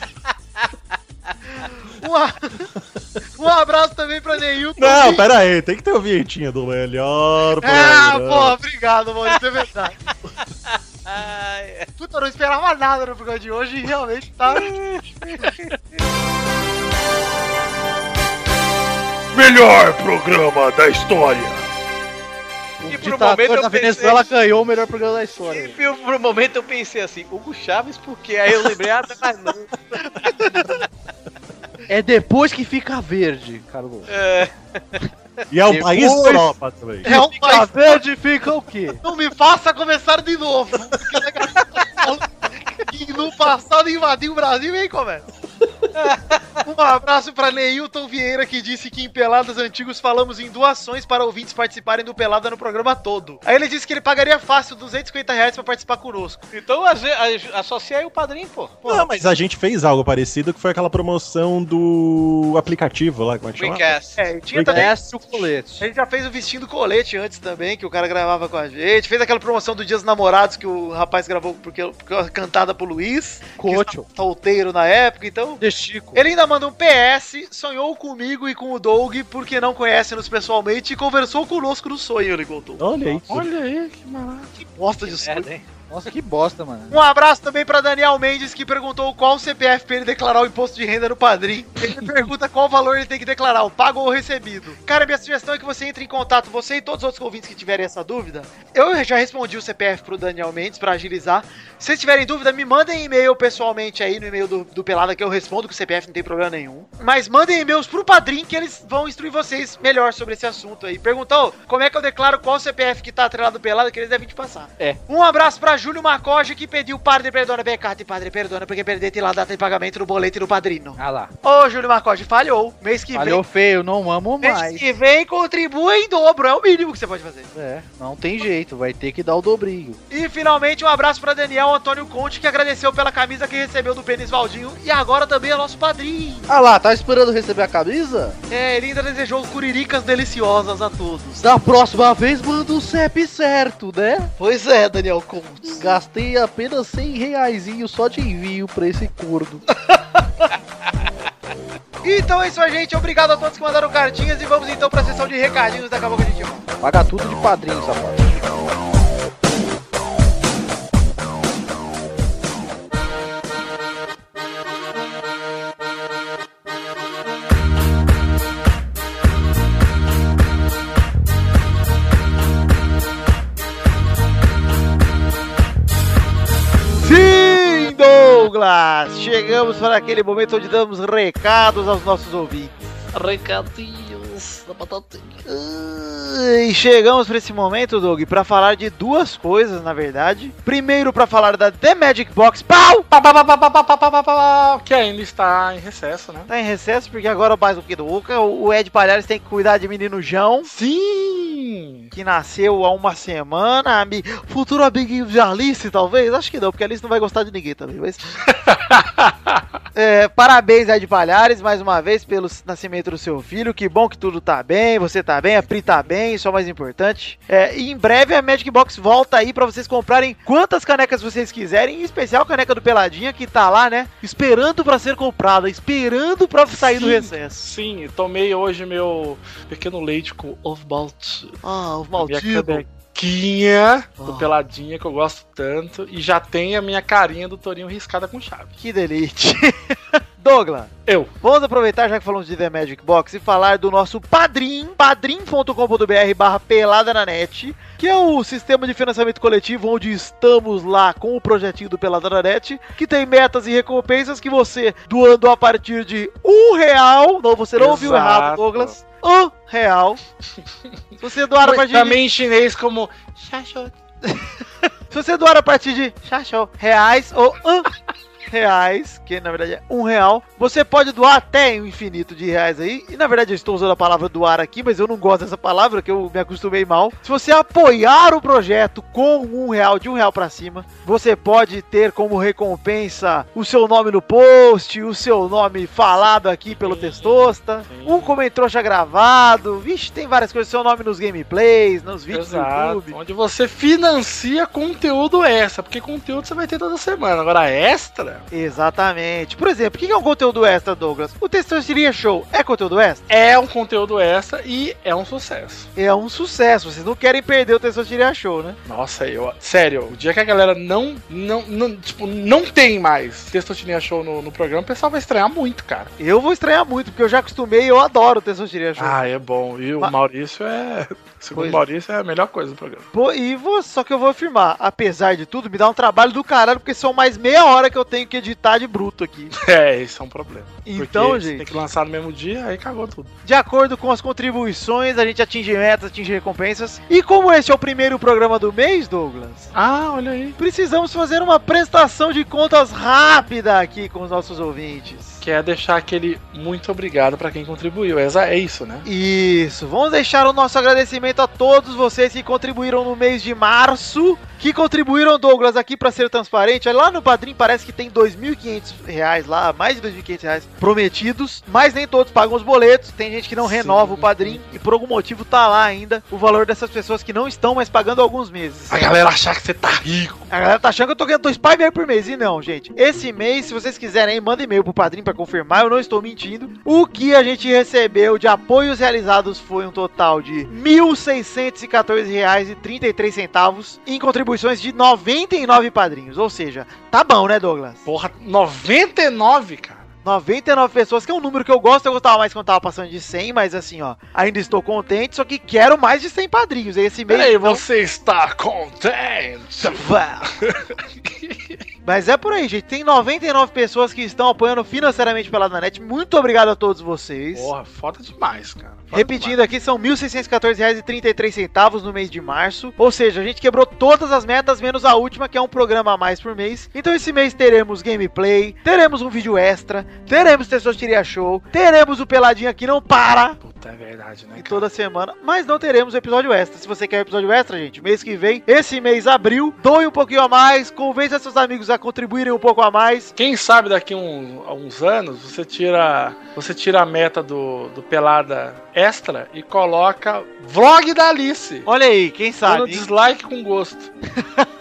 Speaker 7: Um, a- um abraço também pra Neilton.
Speaker 4: Não,
Speaker 7: Vi-
Speaker 4: pera aí, tem que ter o vinhetinha do melhor
Speaker 7: Ah,
Speaker 4: programa.
Speaker 7: pô, obrigado, Maurício, é verdade.
Speaker 2: [LAUGHS] Ai, é.
Speaker 7: Puta, eu não esperava nada no programa de hoje e realmente tá.
Speaker 6: Melhor programa da história.
Speaker 2: E
Speaker 1: O
Speaker 7: um
Speaker 2: pro
Speaker 1: ditador
Speaker 2: momento
Speaker 1: da
Speaker 2: eu
Speaker 1: Venezuela
Speaker 2: pensei...
Speaker 1: ganhou o melhor programa da história.
Speaker 2: E pro um momento eu pensei assim, Hugo Chaves por quê? Aí eu lembrei, ah, mas não.
Speaker 1: É depois que fica verde, Carlos.
Speaker 2: É,
Speaker 4: E é o país da
Speaker 1: Depois-
Speaker 4: Europa também.
Speaker 7: É um
Speaker 1: fica
Speaker 7: país.
Speaker 1: verde, fica o quê?
Speaker 7: Não me faça começar de novo. [LAUGHS] porque daqui a pouco- Que no passado invadiu o Brasil, hein, começa. [LAUGHS] Um abraço pra Neilton Vieira que disse que em Peladas Antigos falamos em doações para ouvintes participarem do Pelada no programa todo. Aí ele disse que ele pagaria fácil 250 reais pra participar conosco.
Speaker 2: Então a, a, associa aí o padrinho, pô.
Speaker 4: Não, mas a gente fez algo parecido que foi aquela promoção do aplicativo lá, como é que chama?
Speaker 2: Dreamcast.
Speaker 7: É, e tinha também.
Speaker 1: Desce o colete.
Speaker 7: A gente já fez o vestindo colete antes também, que o cara gravava com a gente. Fez aquela promoção do Dias dos Namorados que o rapaz gravou porque, porque é cantada pro Luiz,
Speaker 1: Cocho.
Speaker 7: solteiro na época, então.
Speaker 1: É De Chico.
Speaker 7: Ele ainda manda um PS, sonhou comigo e com o Doug, porque não conhece-nos pessoalmente, e conversou conosco no sonho, ele contou.
Speaker 4: Olha isso.
Speaker 5: Olha aí, que maravilha.
Speaker 7: Que bosta de sonho.
Speaker 2: Merda, hein?
Speaker 1: Nossa, que bosta, mano.
Speaker 7: Um abraço também pra Daniel Mendes, que perguntou qual o CPF pra ele declarar o imposto de renda no padrinho. Ele pergunta qual valor ele tem que declarar, o pago ou o recebido. Cara, minha sugestão é que você entre em contato, você e todos os outros ouvintes que tiverem essa dúvida. Eu já respondi o CPF pro Daniel Mendes pra agilizar. Se vocês tiverem dúvida, me mandem e-mail pessoalmente aí no e-mail do, do Pelada que eu respondo com o CPF, não tem problema nenhum. Mas mandem e-mails pro padrinho que eles vão instruir vocês melhor sobre esse assunto aí. Perguntou como é que eu declaro qual CPF que tá atrelado ao Pelada que eles devem te passar.
Speaker 1: É.
Speaker 7: Um abraço pra Júlio Macoge que pediu Padre Perdona Becate, Padre Perdona, porque perdete lá a data de pagamento do boleto do padrino.
Speaker 1: Ah lá.
Speaker 7: Ô, Júlio Macoge, falhou. Mês que
Speaker 1: Valeu feio, não amo
Speaker 7: vem.
Speaker 1: mais.
Speaker 7: Mês que vem contribua em dobro, é o mínimo que você pode fazer.
Speaker 1: É, não tem jeito, vai ter que dar o dobrinho.
Speaker 7: E finalmente um abraço pra Daniel Antônio Conte, que agradeceu pela camisa que recebeu do Pênis Valdinho e agora também é nosso padrinho.
Speaker 1: Ah lá, tá esperando receber a camisa?
Speaker 7: É, ele ainda desejou curiricas deliciosas a todos.
Speaker 1: Da próxima vez manda o CEP certo, né?
Speaker 7: Pois é, Daniel Conte.
Speaker 1: Gastei apenas 100 reaisinho só de envio pra esse corno.
Speaker 7: Então é isso aí, gente. Obrigado a todos que mandaram cartinhas e vamos então pra sessão de recadinhos. Daqui a pouco a gente volta.
Speaker 1: Paga tudo de padrinho, safado.
Speaker 7: Sim, Douglas! Chegamos para aquele momento onde damos recados aos nossos ouvintes.
Speaker 3: Recadinhos da batatinha.
Speaker 7: E chegamos para esse momento, Doug, para falar de duas coisas, na verdade. Primeiro, para falar da The Magic Box. Pau!
Speaker 5: Pá, pá, pá, pá, pá, pá, pá, pá, pá, pá, Que ainda está em recesso, né?
Speaker 7: Tá em recesso, porque agora mais do que nunca, o Ed Palhares tem que cuidar de menino João,
Speaker 5: Sim!
Speaker 7: que nasceu há uma semana. ami- Futuro amiguinho de Alice, talvez? Acho que não, porque a Alice não vai gostar de ninguém também. Mas É, parabéns, Ed Palhares, mais uma vez pelo nascimento do seu filho. Que bom que tudo tá bem, você tá bem, a Pri tá bem, isso é o mais importante. É, e em breve a Magic Box volta aí pra vocês comprarem quantas canecas vocês quiserem, em especial a caneca do Peladinha que tá lá, né? Esperando pra ser comprada, esperando pra sair do recesso.
Speaker 5: Sim, tomei hoje meu pequeno leite com ovo maltido.
Speaker 7: Ah, ovo Ah.
Speaker 5: Minha
Speaker 7: maltido.
Speaker 5: canequinha do Peladinha que eu gosto tanto. E já tem a minha carinha do Torinho riscada com chave.
Speaker 7: Que delite. Douglas.
Speaker 5: Eu.
Speaker 7: Vamos aproveitar, já que falamos de The Magic Box, e falar do nosso Padrim, padrim.com.br barra pelada na net, que é o sistema de financiamento coletivo onde estamos lá com o projetinho do Pelada na net, que tem metas e recompensas que você, doando a partir de um real, não, você não ouviu
Speaker 5: Exato.
Speaker 7: errado, Douglas, um
Speaker 5: [LAUGHS]
Speaker 7: real, se você doar a
Speaker 5: Mas
Speaker 7: partir
Speaker 5: também
Speaker 7: de...
Speaker 5: em chinês como...
Speaker 7: Se você doar a partir de xaxó, reais ou um reais, que na verdade é um real, você pode doar até um infinito de reais aí. E na verdade eu estou usando a palavra doar aqui, mas eu não gosto dessa palavra, que eu me acostumei mal. Se você apoiar o projeto com um real, de um real pra cima, você pode ter como recompensa o seu nome no post, o seu nome falado aqui pelo Testosta, um comentrouxa gravado, vixe, tem várias coisas, seu nome nos gameplays, nos vídeos do YouTube.
Speaker 5: Exato, onde você financia conteúdo extra, porque conteúdo você vai ter toda semana. Agora extra?
Speaker 7: Exatamente. Por exemplo, o que é um conteúdo extra, Douglas? O Testosteria Show é conteúdo extra?
Speaker 5: É um conteúdo extra e é um sucesso.
Speaker 7: É um sucesso. Vocês não querem perder o Testosteria Show, né?
Speaker 5: Nossa, eu. Sério, o dia que a galera não. não, não tipo, não tem mais Testostirinha Show no, no programa, o pessoal vai estranhar muito, cara.
Speaker 7: Eu vou estranhar muito, porque eu já acostumei e eu adoro o Testosteria Show.
Speaker 5: Ah, é bom. E o
Speaker 7: Ma-
Speaker 5: Maurício é. Segundo
Speaker 7: Pois é.
Speaker 5: o Maurício, é a melhor coisa do programa.
Speaker 7: Pô, e vou, só que eu vou afirmar, apesar de tudo, me dá um trabalho do caralho, porque são mais meia hora que eu tenho que editar de bruto aqui.
Speaker 5: [LAUGHS] É, isso é um problema.
Speaker 7: Então,
Speaker 5: Porque
Speaker 7: gente-
Speaker 5: Tem que lançar no mesmo dia, aí cagou tudo.
Speaker 7: De acordo com as contribuições, a gente atinge metas, atinge recompensas. E como este é o primeiro programa do mês, Douglas,
Speaker 5: Ah, olha aí.
Speaker 7: precisamos fazer uma prestação de contas rápida aqui com os nossos ouvintes.
Speaker 5: Que é deixar aquele muito obrigado pra quem contribuiu. É exa- é isso, né?
Speaker 7: Isso, vamos deixar o nosso agradecimento a todos vocês que contribuíram no mês de março, que contribuíram, Douglas, aqui pra ser transparente. Olha, Lá no Padrim parece que tem 2.500 reais lá, mais de 2.500 reais prometidos, mas nem todos pagam os boletos, tem gente que não renova o Padrim e por algum motivo tá lá ainda o valor dessas pessoas que não estão mais pagando há alguns meses.
Speaker 5: A galera achar que você tá rico.
Speaker 7: A galera tá achando que eu tô ganhando dois pau e meio por mês. E não, gente. Esse mês, se vocês quiserem, manda e-mail pro padrinho pra confirmar. Eu não estou mentindo. O que a gente recebeu de apoios realizados foi um total de R$ 1.614,33 em contribuições de 99 padrinhos. Ou seja, tá bom, né, Douglas?
Speaker 5: Porra, 99, cara.
Speaker 7: 99 pessoas, que é um número que eu gosto, eu gostava mais quando tava passando de 100, mas assim, ó, ainda estou contente, só que quero mais de 100 padrinhos. E esse mês.
Speaker 5: Peraí,
Speaker 7: então-
Speaker 5: você está contente?
Speaker 7: [LAUGHS] Mas é por aí, gente. Tem 99 pessoas que estão apoiando financeiramente pela net. Muito obrigado a todos vocês.
Speaker 5: Porra, foda demais, cara. Foda
Speaker 7: Repetindo aqui, são R$ 1.614,33 no mês de março. Ou seja, a gente quebrou todas as metas, menos a última, que é um programa a mais por mês. Então esse mês teremos gameplay, teremos um vídeo extra, teremos Testosteria Show, teremos o Peladinha que não para.
Speaker 5: Puta, é verdade, né?
Speaker 7: E toda semana, mas não teremos episódio extra. Se você quer episódio extra, gente, mês que vem, esse mês abril, doe um pouquinho a mais, convença seus amigos a contribuírem um pouco a mais.
Speaker 5: Quem sabe daqui um- a uns anos você tira, você tira a meta do, do Pelada Extra e coloca Vlog da Alice.
Speaker 7: Olha aí, quem
Speaker 5: Dando
Speaker 7: sabe. hein?
Speaker 5: dislike com gosto.
Speaker 7: [LAUGHS]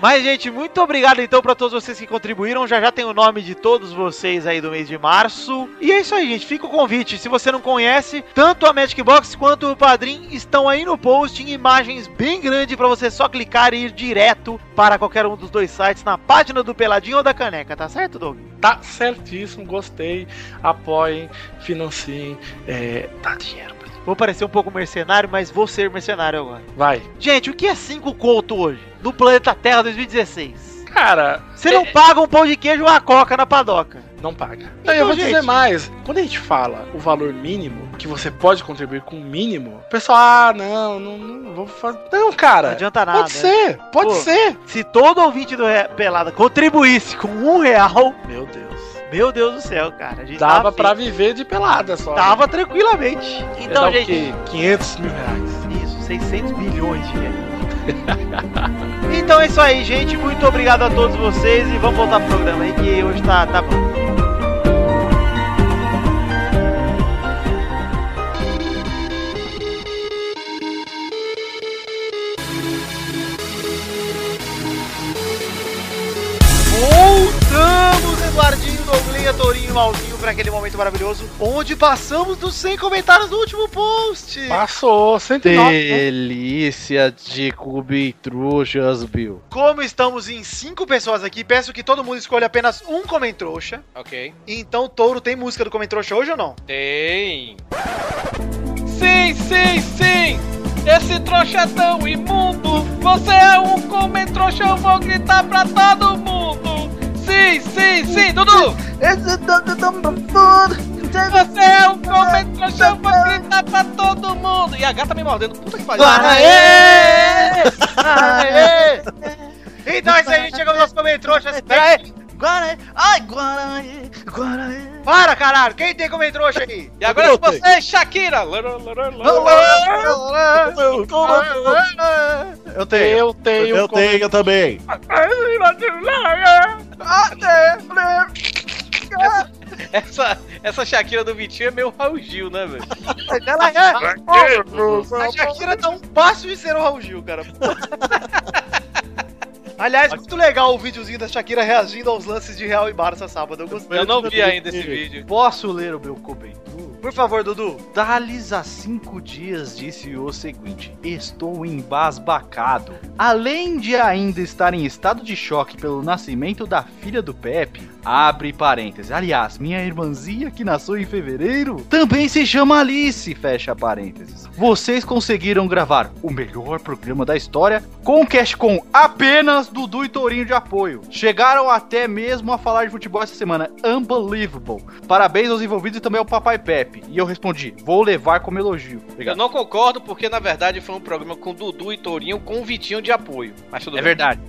Speaker 7: Mas, gente, muito obrigado então pra todos vocês que contribuíram. Já já tem o nome de todos vocês aí do mês de março. E é isso aí, gente. Fica o convite. Se você não conhece, tanto a Magic Box quanto o Padrim estão aí no post em imagens bem grandes pra você só clicar e ir direto para qualquer um dos dois sites, na página do Peladinho ou da Caneca, tá certo, Doug?
Speaker 5: Tá certíssimo, gostei. Apoiem, financiem, é, dá dinheiro. pra-
Speaker 7: Vou parecer um pouco mercenário, mas vou ser mercenário agora.
Speaker 5: Vai.
Speaker 7: Gente, o que é 5 conto hoje? No planeta Terra 2016?
Speaker 5: Cara,
Speaker 7: Você não paga um pão de queijo ou uma coca na padoca.
Speaker 5: Não paga.
Speaker 7: Então,
Speaker 5: eu vou
Speaker 7: gente-
Speaker 5: dizer mais. Quando a gente fala o valor mínimo, que você pode contribuir com o mínimo, o pessoal, ah, não, não, não vou fazer. Não, cara.
Speaker 7: Não adianta nada. né?
Speaker 5: Pode ser, pode
Speaker 7: Pô.
Speaker 5: ser.
Speaker 7: Se todo ouvinte do Re- Pelada contribuísse com um real,
Speaker 5: Meu Deus.
Speaker 7: meu Deus do céu, cara. A gente
Speaker 5: Dava
Speaker 7: tava
Speaker 5: pra viver de pelada só.
Speaker 7: Dava tranquilamente.
Speaker 5: Ia dar
Speaker 7: Então,
Speaker 5: o
Speaker 7: gente.
Speaker 5: quê? 500 mil reais.
Speaker 7: Isso, 600 bilhões [LAUGHS] de reais. Então é isso aí, gente. Muito obrigado a todos vocês e vamos voltar pro programa aí que hoje tá, tá bom. Tourinho e Malvinho pra aquele momento maravilhoso, onde passamos dos 100 comentários do último post.
Speaker 5: Passou, 109.
Speaker 1: Delícia de cubitruxas, Bill.
Speaker 7: Como estamos em cinco pessoas aqui, peço que todo mundo escolha apenas um Comentrouxa.
Speaker 2: Ok.
Speaker 7: Então, Touro, tem música do Comentrouxa hoje ou não?
Speaker 2: Tem. Sim, sim, sim! Esse trouxa é tão imundo! Você é um comer trouxa, eu vou gritar pra todo mundo! Sim, sim, sim, Dudu! Você é um comer trouxa, eu vou gritar pra todo mundo! E a gata me mordendo, puta que pariu!
Speaker 7: Aê! Aê! [LAUGHS] Então é isso aí, gente. Chegamos aos Comentrouxas. Peraí. Guaraí, ai, Guaraí, Guaraí. Para, caralho, quem tem Comentrouxa aí?
Speaker 2: E agora é com você, Shakira! Lara, lara, lara.
Speaker 1: Eu tenho.
Speaker 5: Eu tenho.
Speaker 4: Eu tenho, eu também.
Speaker 2: Essa, essa Shakira do Vitinho é meio Raul Gil, né, velho?
Speaker 7: Ela é. A Shakira dá um passo de ser o Raul
Speaker 2: [LAUGHS]
Speaker 7: Gil, cara. Aliás, muito legal o videozinho da Shakira reagindo aos lances de Real e Barça sábado. Eu gostei.
Speaker 2: Eu não vi ainda esse vídeo.
Speaker 1: Posso ler o meu comentário?
Speaker 7: Por favor, Dudu.
Speaker 1: Dales a cinco dias disse o seguinte: Estou embasbacado. Além de ainda estar em estado de choque pelo nascimento da filha do Pepe, abre parênteses. Aliás, minha irmãzinha que nasceu em fevereiro também se chama Alice, fecha parênteses. Vocês conseguiram gravar o melhor programa da história com o Cash com apenas Dudu e Tourinho de apoio. Chegaram até mesmo a falar de futebol essa semana. Unbelievable. Parabéns aos envolvidos e também ao Papai Pepe. E eu respondi, vou levar como elogio.
Speaker 2: Eu não concordo porque, na verdade, foi um programa com Dudu e Tourinho com o Vitinho de apoio. Mas tudo
Speaker 1: É
Speaker 2: bem.
Speaker 1: verdade.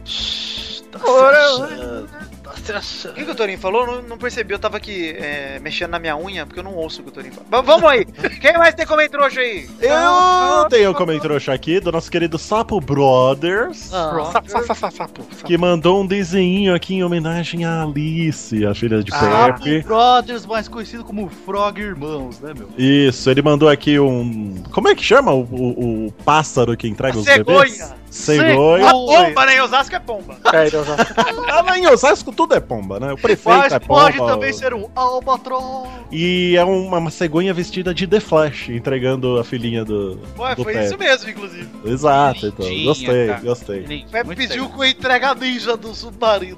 Speaker 7: O que, que o Torinho falou? Não, não percebi, eu tava aqui é, mexendo na minha unha, porque eu não ouço o que o Torinho fala. Mas vamos aí! Quem mais tem comentrouxa aí?
Speaker 4: Eu tenho um comentrouxa aqui do nosso querido Sapo Brothers,
Speaker 1: Ah,
Speaker 5: Sa- sa- sa- sa- sapo, sapo.
Speaker 4: que mandou um desenho aqui em homenagem a Alice, a filha de
Speaker 5: Ah,
Speaker 1: Sapo
Speaker 4: Pepe.
Speaker 1: Brothers, mais conhecido como Frog Irmãos, né, meu?
Speaker 4: Isso, ele mandou aqui um. Como é que chama o, o- o pássaro que entrega os bebês?
Speaker 7: Cegonha!
Speaker 4: Cegonha.
Speaker 7: A pomba, né? Em Osasco é pomba.
Speaker 5: É, Deus,
Speaker 4: Ah, lá em Osasco tudo é pomba, né? O prefeito
Speaker 1: Mas
Speaker 4: é
Speaker 1: pode
Speaker 4: pomba.
Speaker 1: também ser um albatroz.
Speaker 4: E é uma, uma cegonha vestida de The Flash, entregando a filhinha do.
Speaker 7: Ué,
Speaker 4: do
Speaker 7: foi
Speaker 4: Pepe.
Speaker 7: isso mesmo, inclusive.
Speaker 4: Exato, então.
Speaker 2: Lindinha,
Speaker 4: Gostei,
Speaker 2: cara.
Speaker 4: gostei.
Speaker 7: O Pepe pediu com a entrega ninja do submarino.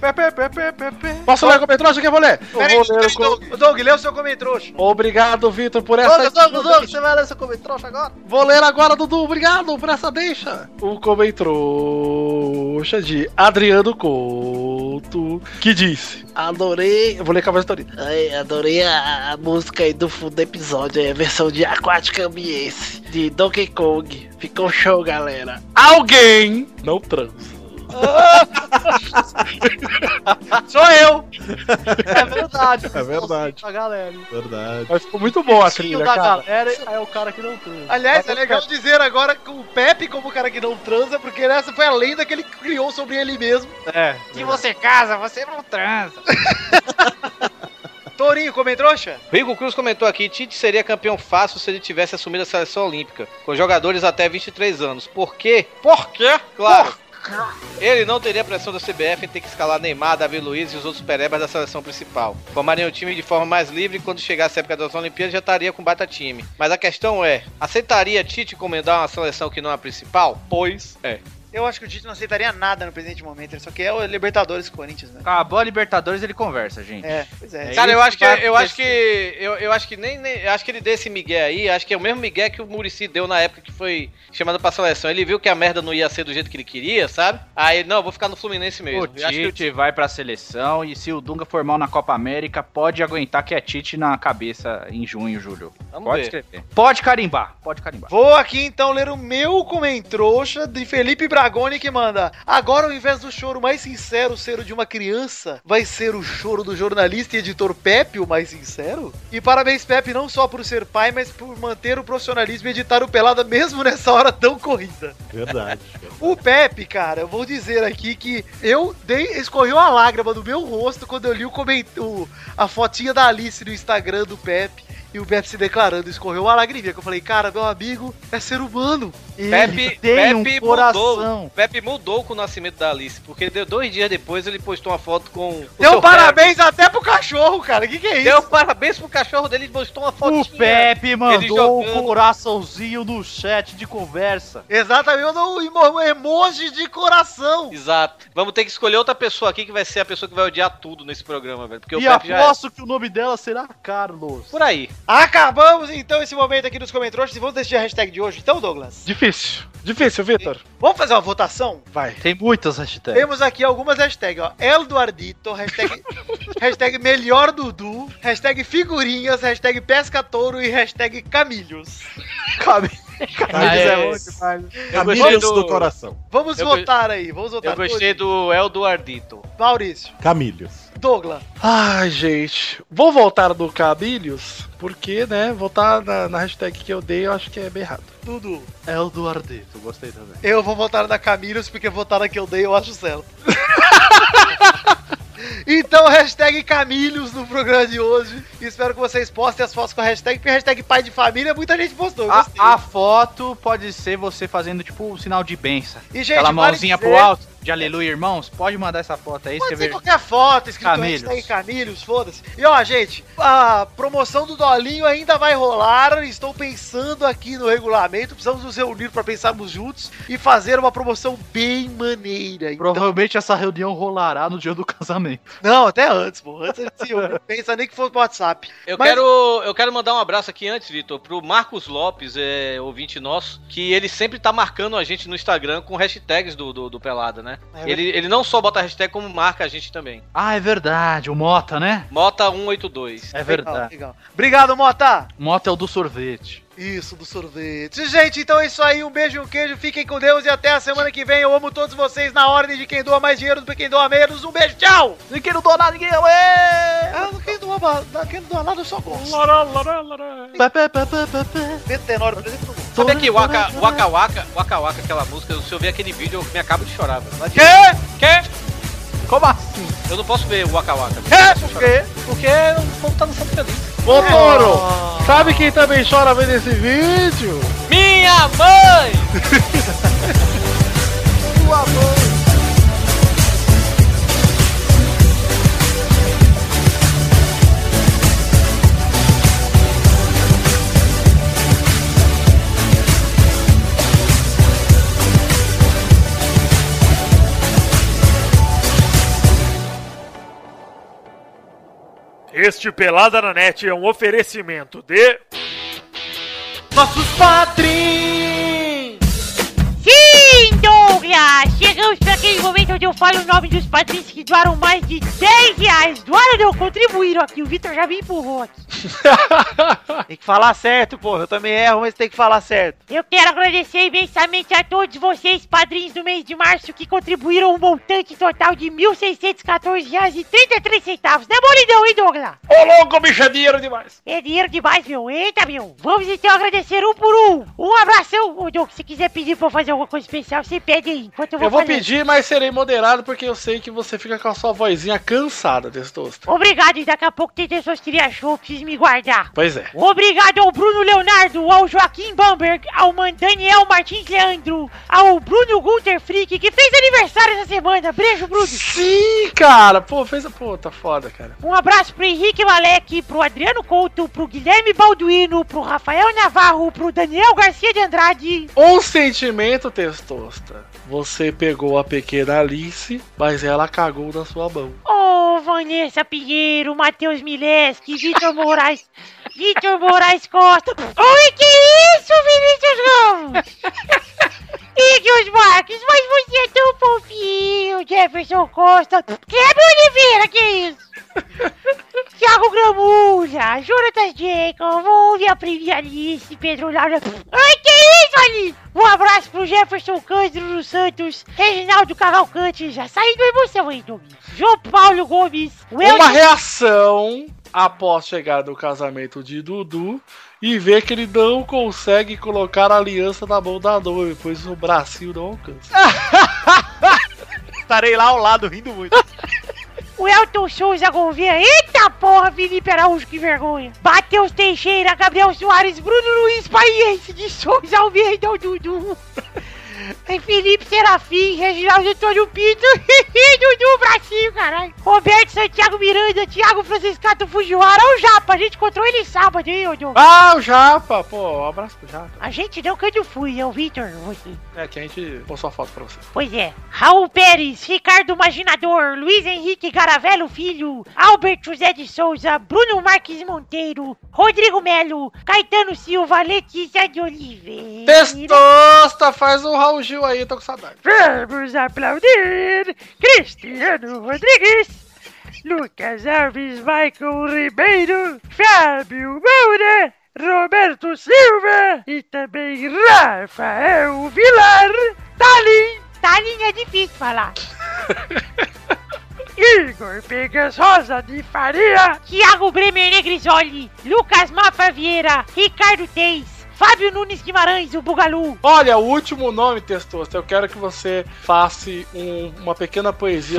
Speaker 7: Pepe, Pepe, Pepe.
Speaker 5: Posso ler o comentário, que eu vou ler?
Speaker 7: Peraí,
Speaker 5: Eu vou ler
Speaker 7: peraí,
Speaker 5: o com-
Speaker 7: Doug. Doug, lê o seu comentrouxa.
Speaker 5: Obrigado, Vitor, por essa.
Speaker 7: Doug, Doug, Doug, você vai ler seu comentrouxa agora?
Speaker 5: Vou ler agora, Dudu. Obrigado por essa deixa. O comentrouxa de Adriano Couto, que disse: Adorei. Eu vou ler com a voz do Torinho.
Speaker 8: Ai, adorei a, a música aí do fundo do episódio, é a versão de Aquatic Ambience, de Donkey Kong. Ficou show, galera.
Speaker 5: Alguém não transa.
Speaker 7: Sou eu.
Speaker 1: É verdade.
Speaker 4: É verdade.
Speaker 1: A galera.
Speaker 4: Verdade.
Speaker 5: Mas ficou muito boa a
Speaker 1: O
Speaker 5: trilha,
Speaker 1: da
Speaker 5: cara.
Speaker 1: galera é o cara que não tem.
Speaker 7: Aliás, é legal dizer agora com o Pepe como o cara que não transa, porque essa foi a lenda que ele criou sobre ele mesmo.
Speaker 1: É.
Speaker 9: Se você casa, você não transa.
Speaker 7: Tourinho, comentrouxa?
Speaker 2: Rico Cruz comentou aqui: Tite seria campeão fácil se ele tivesse assumido a seleção olímpica, com jogadores até 23 anos. Por quê? Por quê? Claro. Ele não teria pressão da CBF em ter que escalar Neymar, Davi Luiz e os outros perebas da seleção principal. Formaria um time de forma mais livre e quando chegasse a época das Olimpíadas já estaria com baita time. Mas a questão é: aceitaria Tite comandar uma seleção que não é a principal? Pois é.
Speaker 7: Eu acho que o Tite não aceitaria nada no presente momento, ele só quer o Libertadores Corinthians, né?
Speaker 1: Acabou a Libertadores, ele conversa, gente.
Speaker 7: É, pois é.
Speaker 1: É
Speaker 2: Cara, eu
Speaker 1: isso
Speaker 2: acho que
Speaker 1: vai
Speaker 2: eu acho que eu, eu acho que nem, nem- eu acho que ele deu esse migué aí, acho que é o mesmo migué que o Murici deu na época que foi chamado pra seleção. Ele viu que a merda não ia ser do jeito que ele queria, sabe? Aí, não, vou ficar no Fluminense
Speaker 5: É
Speaker 2: mesmo.
Speaker 1: O
Speaker 2: Eu acho que o
Speaker 1: Tite vai pra seleção e se o Dunga for mal na Copa América, pode aguentar que é Tite na cabeça em junho, julho.
Speaker 2: Vamos
Speaker 1: pode
Speaker 2: ver.
Speaker 1: escrever. Pode carimbar, pode carimbar.
Speaker 7: Vou aqui então ler o meu comentrouxa de Felipe Bragoni que manda. Agora, ao invés do choro mais sincero ser o de uma criança, vai ser o choro do jornalista e editor Pepe o mais sincero? E parabéns, Pepe, não só por ser pai, mas por manter o profissionalismo e editar o Pelada mesmo nessa hora tão corrida.
Speaker 4: Verdade.
Speaker 7: O Pepe, cara, eu vou dizer aqui que eu dei, escorreu uma lágrima do meu rosto quando eu li o, coment... o- a fotinha da Alice no Instagram do Pepe. E o Pepe se declarando, escorreu uma lagriminha. Que eu falei, cara, meu amigo é ser humano. E
Speaker 2: Pepe,
Speaker 7: tem um
Speaker 2: Pepe mudou. Pepe mudou com o nascimento da Alice, porque deu dois dias depois ele postou uma foto com. o
Speaker 7: Deu
Speaker 2: seu
Speaker 7: parabéns até pro cachorro, cara. Que que é isso?
Speaker 2: Deu parabéns pro cachorro dele e postou uma foto.
Speaker 1: O Pepe mandou o coraçãozinho no chat de conversa.
Speaker 7: Exatamente, mandou um emoji de coração.
Speaker 2: Exato. Vamos ter que escolher outra pessoa aqui que vai ser a pessoa que vai odiar tudo nesse programa, velho. Porque
Speaker 1: e
Speaker 2: o Pepe já. é
Speaker 1: aposto que o é. nome dela será Carlos.
Speaker 2: Por aí.
Speaker 7: Acabamos então esse momento aqui dos comentários e vamos decidir a hashtag de hoje, então, Douglas?
Speaker 5: Difícil. Difícil, Vitor.
Speaker 7: Vamos fazer uma votação?
Speaker 5: Vai.
Speaker 1: É, Tem muitas hashtags.
Speaker 7: Temos aqui algumas hashtags, ó.
Speaker 2: [LAUGHS]
Speaker 7: Elduardito, hashtag, hashtag melhor Dudu, hashtag figurinhas, hashtag pesca touro e hashtag camilhos. Camilhos.
Speaker 2: Camilhos é bom Eu gostei
Speaker 4: Camilhos
Speaker 2: do-
Speaker 4: do coração.
Speaker 7: Vamos
Speaker 2: Eu
Speaker 7: votar aí, vamos votar.
Speaker 2: Eu gostei do Eldo Ardito.
Speaker 7: Maurício,
Speaker 4: Camilhos.
Speaker 7: Douglas.
Speaker 5: Ai, gente. Vou voltar no Cabilhos, porque, né, voltar na, na hashtag que eu dei, eu acho que é bem errado.
Speaker 7: Dudu.
Speaker 1: É o do Ardito, gostei também.
Speaker 7: Eu vou votar na Camilhos porque votar na que eu dei eu acho
Speaker 1: [LAUGHS]
Speaker 7: certo. então, hashtag Camilhos no programa de hoje. Espero que vocês postem as fotos com a hashtag, porque a hashtag pai de família muita gente postou. eu gostei.
Speaker 1: A, a foto pode ser você fazendo tipo um sinal de benção.
Speaker 7: E, gente,
Speaker 1: Aquela
Speaker 7: vale
Speaker 1: mãozinha
Speaker 7: dizer-
Speaker 1: pro alto, de aleluia, irmãos. Pode mandar essa foto aí,
Speaker 7: Pode ser
Speaker 1: escrever.
Speaker 7: qualquer foto, escrito
Speaker 1: Camilhos.
Speaker 7: hashtag Camilhos, foda-se. E ó, gente, a promoção do Dolinho ainda vai rolar. Estou pensando aqui no regulamento. Precisamos nos reunir para pensarmos juntos e fazer uma promoção bem maneira. Então,
Speaker 1: Provavelmente essa reunião rolará no dia do casamento.
Speaker 7: não, até antes, pô. Antes a gente se
Speaker 1: [LAUGHS]
Speaker 7: reúne. pensa nem que fosse pro WhatsApp.
Speaker 2: Eu,
Speaker 7: Mas-
Speaker 2: quero, eu quero mandar um abraço aqui antes, Vitor, pro Marcos Lopes, é, ouvinte nosso, que ele sempre tá marcando a gente no Instagram com hashtags do, do, do Pelada, né?
Speaker 1: É
Speaker 2: ele, ele não só bota hashtag, como marca a gente também.
Speaker 1: Ah, é verdade, o Mota, né?
Speaker 2: Mota182.
Speaker 1: É verdade.
Speaker 7: Legal. Obrigado, Mota.
Speaker 1: Mota é o do sorvete.
Speaker 7: Isso, do sorvete. Gente, então é isso aí. Um beijo e um queijo. Fiquem com Deus e até a semana que vem. Eu amo todos vocês na ordem de quem doa mais dinheiro do que quem doa menos. Um beijo, tchau!
Speaker 1: E quem não doa nada, ninguém é.
Speaker 7: Ah, quem doa, ma- quem doa nada eu só gosto. Meto tenor, por exemplo.
Speaker 2: Sabe aqui, Waka Waka, Waka, Waka Waka, aquela música, se eu ver aquele vídeo, eu me acabo de chorar, velho. Não adianta.
Speaker 1: Quê?
Speaker 2: Quê?
Speaker 1: Como assim?
Speaker 2: Eu não posso ver o Waka Waka.
Speaker 7: É,
Speaker 1: Quê? Por quê?
Speaker 2: Porque o povo tá no santo feliz.
Speaker 5: Ô, Toro, sabe quem também chora vendo esse vídeo?
Speaker 2: Minha mãe!
Speaker 11: Este Pelada na Net é um oferecimento de.
Speaker 7: Nossos patrins!
Speaker 9: Sim, Douglas! Chegamos para aquele momento onde eu falo o nome dos patrões que doaram mais de 10 reais. Doaram não, contribuíram aqui. O Vitor já me empurrou aqui.
Speaker 7: Tem que falar certo, porra. Eu também erro, mas tem que falar certo.
Speaker 9: Eu quero agradecer imensamente a todos vocês, padrinhos do mês de março, que contribuíram um montante total de R$ 1.614,33. Demolidão, é hein, Douglas?
Speaker 11: Ô louco, bicho, é dinheiro demais!
Speaker 9: É dinheiro demais, meu. Eita, meu. Vamos então agradecer um por um. Um abração. Ô, Douglas, se quiser pedir pra eu fazer alguma coisa especial, você pede aí. Enquanto eu vou,
Speaker 5: Eu vou
Speaker 9: fazer.
Speaker 5: pedir, mas serei moderado porque eu sei que você fica com a sua vozinha cansada, Testosta.
Speaker 9: Obrigado, e daqui a pouco tem pessoas que iriam show, preciso me guardar.
Speaker 5: Pois é.
Speaker 9: Obrigado ao Bruno Leonardo, ao Joaquim Bamberg, ao Man- Daniel Martins Leandro, ao Bruno Gunter Frick, que fez aniversário essa semana. Beijo, Bruno.
Speaker 5: Sim, cara. Pô, fez a. Pô, tá foda, cara.
Speaker 9: Um abraço pro Henrique Malek, pro Adriano Couto, pro Guilherme Balduino, pro Rafael Navarro, pro Daniel Garcia de Andrade.
Speaker 5: Um sentimento, Testosta. Você pegou a pequena Alice, mas ela cagou na sua mão.
Speaker 9: Ô, Vanessa Pinheiro, Matheus Mileski, Vitor Moraes, Vitor Moraes Costa. Oi, que isso, Vinícius Ramos? Igor Marques, mas você é tão fofinho, Jefferson Costa. Kleber Oliveira, que isso? Thiago Gramulha, Jonathan Jacob, ouve a primeira Alice, Pedro Laura. Ai, que isso, Ali? Um abraço pro Jefferson Cândido dos Santos, Reginaldo Cavalcante, já saiu da emoção, hein, Douglas? João Paulo Gomes, o
Speaker 5: Uma
Speaker 9: Elton-
Speaker 5: reação após chegar no casamento de Dudu e ver que ele não consegue colocar a aliança na mão da noiva, pois o bracinho não alcança.
Speaker 7: Estarei lá ao lado rindo muito.
Speaker 9: o O Elton Souza Gouveia. Eita porra, Felipe Araújo, que vergonha. Matheus Teixeira, Gabriel Soares, Bruno Luiz Paiense de Souza Almeida, o Dudu. Aí Felipe Serafim, Reginaldo Antônio Pinto, [LAUGHS] Dudu Bracinho, caralho. Roberto Santiago Miranda, Thiago Franciscato Fujiwara, o Japa, a gente encontrou ele sábado, hein, ô Dom?
Speaker 5: Ah, o Japa, pô, um abraço pro Japa.
Speaker 9: A gente não que eu fui, é o Victor, você.
Speaker 5: É, que a gente postou a foto pra você.
Speaker 9: Pois é. Raul Pérez, Ricardo Imaginador, Luiz Henrique Garavello Filho, Albert José de Souza, Bruno Marques Monteiro, Rodrigo Melo, Caetano Silva, Letícia de Oliveira.
Speaker 5: Testosta, faz o Raul Gil aí, tô com saudade.
Speaker 9: Vamos aplaudir Cristiano Rodrigues, Lucas Alves, Michael Ribeiro, Fábio Moura, Roberto Silva e também Rafael Vilar. Tá Talin! Talin é difícil falar. [LAUGHS] Igor Pegas Rosa de Faria, Thiago Bremer Negrisoli, Lucas Mafra Vieira, Ricardo Teis, Fábio Nunes Guimarães, o Bugalu.
Speaker 5: Olha, o último nome, Testosta, eu quero que você faça um- uma pequena poesia.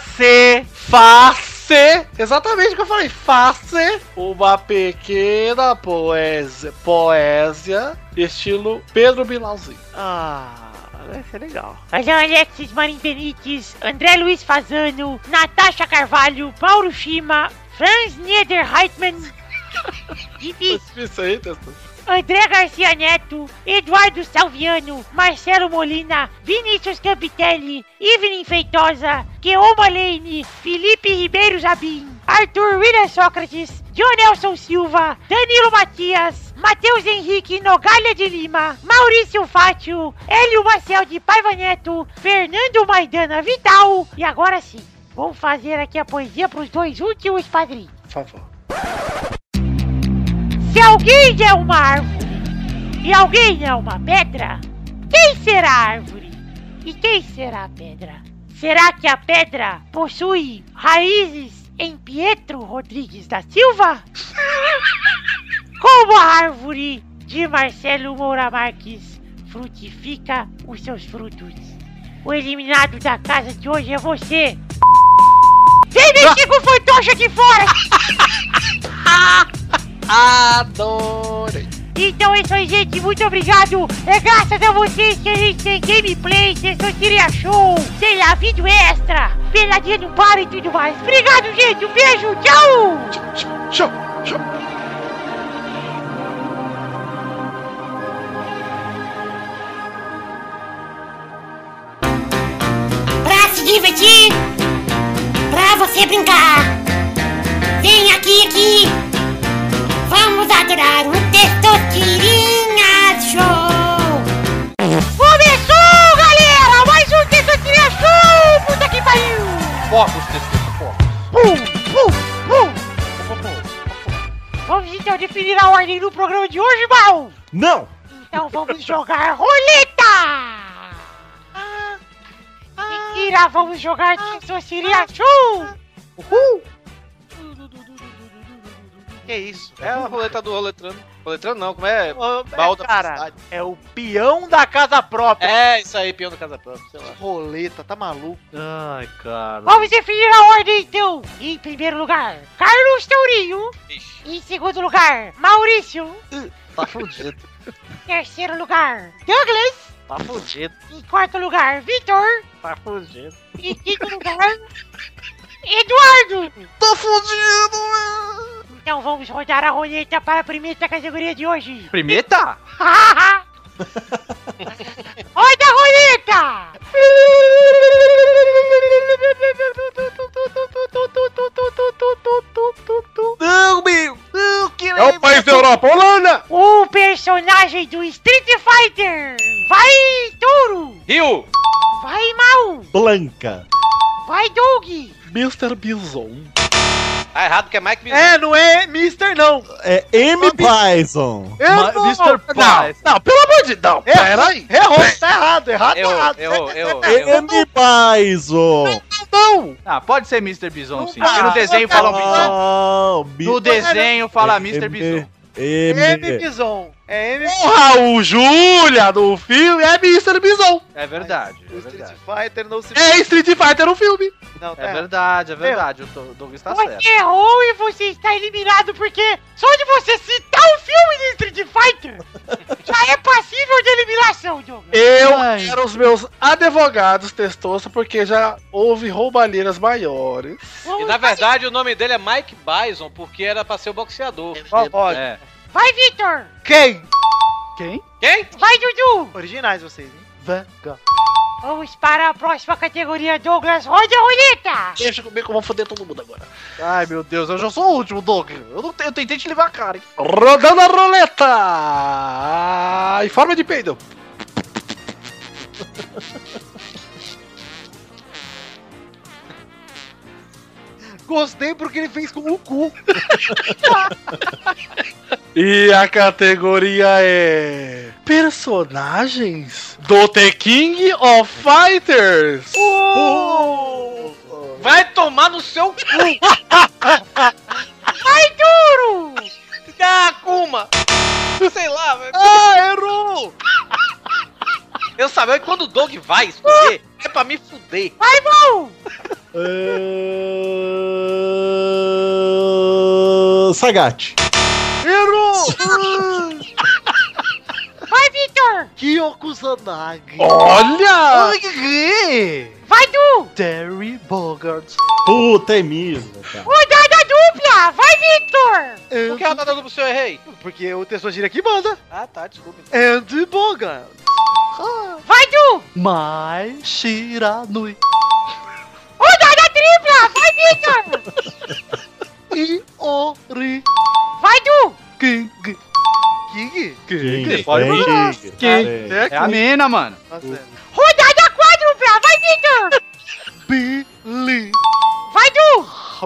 Speaker 12: Face!
Speaker 5: Face! Exatamente o que eu falei, face uma pequena poesia, poesia estilo Pedro Bilauzinho.
Speaker 9: Ah,
Speaker 12: vai ser legal.
Speaker 9: Alain é Alexis Marim Benites, André Luiz Fazano, Natasha Carvalho, Paulo Schima, Franz Niederreitmann, Difícil.
Speaker 5: Isso aí, Testosta.
Speaker 9: André Garcia Neto, Eduardo Salviano, Marcelo Molina, Vinícius Campitelli, Evelyn Feitosa, Keoma Lane, Felipe Ribeiro Jabim, Arthur William Sócrates, Dionelson Silva, Danilo Matias, Matheus Henrique Nogalha de Lima, Maurício Fátio, Hélio Marcel de Paiva Neto, Fernando Maidana Vital. E agora sim, vamos fazer aqui a poesia pros dois últimos padrinhos.
Speaker 5: Por favor.
Speaker 9: Se alguém é uma árvore e alguém é uma pedra, quem será a árvore e quem será a pedra? Será que a pedra possui raízes em Pietro Rodrigues da Silva? Como a árvore de Marcelo Moura Marques frutifica os seus frutos? O eliminado da casa de hoje é você! Vem mexer com o fantoche aqui fora! Adorei! Então é isso aí, gente. Muito obrigado. É graças a vocês que a gente tem gameplay, tem sorteia show, tem a vídeo extra, peladinha no bar e tudo mais. Obrigado, gente. Um beijo. Tchau. Tchau, tchau.
Speaker 13: Pra se divertir, pra você brincar. Vem aqui, aqui. Vamos adorar o Testosterinha Show.
Speaker 9: Começou, galera. Mais um Testosterinha Show. Puta que pariu.
Speaker 2: Focos, Testosta, focos.
Speaker 9: Pum, pum, pum. Vamos então definir a ordem do programa de hoje, mal.
Speaker 4: [LAUGHS] Não!
Speaker 9: Então vamos jogar roleta! Mentira, vamos jogar Testosterinha Show. Uhul.
Speaker 2: Que isso? É a roleta do roletrando. Roletrando não, como é?
Speaker 7: Balda cara, é o peão da casa própria.
Speaker 2: É, isso aí, peão da casa própria, sei lá.
Speaker 7: Roleta, tá maluco?
Speaker 1: Ai, cara.
Speaker 9: Vamos definir a ordem então! Em primeiro lugar, Carlos Tourinho. Em segundo lugar, Maurício.
Speaker 3: Tá fudido.
Speaker 9: Terceiro lugar, Douglas.
Speaker 3: Tá fudido.
Speaker 9: Em quarto lugar, Vitor.
Speaker 3: Tá fudido.
Speaker 9: Em quinto lugar, Eduardo. Tô fudido! Então vamos rodar a roleta para a primeira categoria de hoje. [LAUGHS]
Speaker 1: Primeta?
Speaker 9: Roda a roleta!
Speaker 3: Não, meu! Não, que
Speaker 9: É o país da Europa,
Speaker 5: Holanda!
Speaker 9: O personagem do Street Fighter! Vai, touro!
Speaker 2: Rio!
Speaker 9: Vai, mal!
Speaker 4: Blanca.
Speaker 9: Vai, Doug!
Speaker 5: Mr. Bison.
Speaker 2: Ah, errado porque é Mike Bison.
Speaker 12: É, não é Mr. não.
Speaker 4: É M. Bison.
Speaker 12: Eu
Speaker 4: Ma-
Speaker 12: não-
Speaker 4: Mr.
Speaker 12: Não,
Speaker 4: Bison.
Speaker 12: não, pelo amor de Deus. Não,
Speaker 5: peraí.
Speaker 12: Errou, tá errado, errado, errado.
Speaker 7: É
Speaker 4: M. Bison.
Speaker 12: Não!
Speaker 1: Ah, pode ser Mr. Bison, sim.
Speaker 4: dá.
Speaker 1: Porque no desenho fala Bison.
Speaker 4: Não,
Speaker 1: No desenho fala Mr. Bison.
Speaker 7: é M. Bison. É M.
Speaker 5: O Raul Júlia do filme é Mr. Bison.
Speaker 1: É verdade, é verdade.
Speaker 7: Fighter não se.
Speaker 5: É Street Fighter no filme.
Speaker 7: Não, tá
Speaker 1: É verdade, é verdade. O Doug- Douglas está certo.
Speaker 8: Você errou e você está eliminado porque só de você citar o filme de Street Fighter já é passível de eliminação, Douglas.
Speaker 1: é
Speaker 5: Eu quero os meus advogados testosta porque já houve roubalheiras maiores.
Speaker 2: E na verdade o nome dele é Mike Bison, porque era pra ser o boxeador.
Speaker 7: É.
Speaker 8: Vai, Victor!
Speaker 7: Quem?
Speaker 1: Quem?
Speaker 2: Quem?
Speaker 8: Vai, Dudu!
Speaker 7: Originais vocês, hein? Vanga.
Speaker 8: Vamos para a próxima categoria, Douglas. Roda a roleta!
Speaker 5: Deixa comigo que eu vou foder todo mundo agora.
Speaker 1: Ai, meu Deus, eu já sou o último, Doug. Eu, não te- eu tentei te levar a cara, hein?
Speaker 5: Rodando a
Speaker 1: Ah,
Speaker 5: roleta! Em forma de [LAUGHS] peido.
Speaker 7: Gostei porque ele fez com o cu.
Speaker 5: E a categoria é. Personagens do The King of Fighters!
Speaker 2: Vai tomar no seu cu!
Speaker 8: Vai, duro!
Speaker 5: Ah,
Speaker 2: Da Akuma! Sei lá, velho.
Speaker 7: Ah, errou!
Speaker 2: Eu sabia que quando o Doug vai escolher, é pra me fuder.
Speaker 8: Vai, bom!
Speaker 4: É. Ah, Sagat.
Speaker 5: [LAUGHS]
Speaker 7: Errou!
Speaker 8: Vai, Victor!
Speaker 7: Kyokusanagi.
Speaker 4: Olha!
Speaker 7: Olha que gay!
Speaker 8: Vai, Du!
Speaker 1: Terry Bogart.
Speaker 4: Puta, é mesmo, cara.
Speaker 8: Rodada dupla! Vai, Victor!
Speaker 2: Por que a rodada dupla se eu errei?
Speaker 7: Porque o Testodira que manda.
Speaker 2: Ah, tá, desculpa.
Speaker 7: Andy Boga.
Speaker 8: Vai, Du!
Speaker 1: Mai Shiranui.
Speaker 8: Rodada tripla! Vai, Victor!
Speaker 7: Iori.
Speaker 8: Vai, Du!
Speaker 1: King.
Speaker 7: King?
Speaker 4: King,
Speaker 1: Pode
Speaker 4: King,
Speaker 1: mandar.
Speaker 4: King.
Speaker 1: King.
Speaker 4: Tá
Speaker 1: É a mina, mano.
Speaker 7: Tá
Speaker 2: Uhum.
Speaker 8: Rodada quádrupla! Vai, Victor!
Speaker 1: Billy.
Speaker 8: Vai, Du!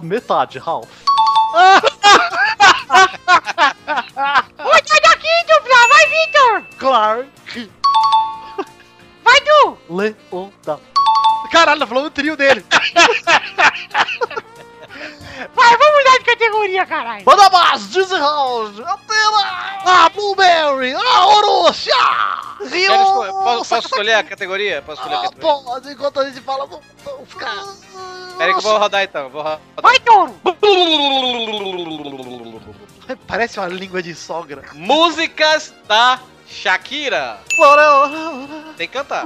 Speaker 1: Metade, Ralph.
Speaker 8: Rodada quíntupla! Vai, Victor!
Speaker 7: Clark.
Speaker 8: Vai, Du!
Speaker 1: Leonda.
Speaker 7: Caralho, falou o trio dele.
Speaker 8: Vai, vamos mudar de categoria, caralho!
Speaker 1: Manda mais, Dizzy House. Atena. Ah, Blueberry. Ah, Orochi. Ah, Rio.
Speaker 2: Quero escolher- posso, posso escolher a categoria? Posso escolher a
Speaker 1: Ah,
Speaker 2: categoria?
Speaker 1: pode, enquanto a gente fala, vamos vamos ficar.
Speaker 2: Peraí que eu vou rodar então, vou rodar.
Speaker 8: Vai, Touro!
Speaker 7: Parece uma língua de sogra.
Speaker 2: Músicas da Shakira. Tem que cantar.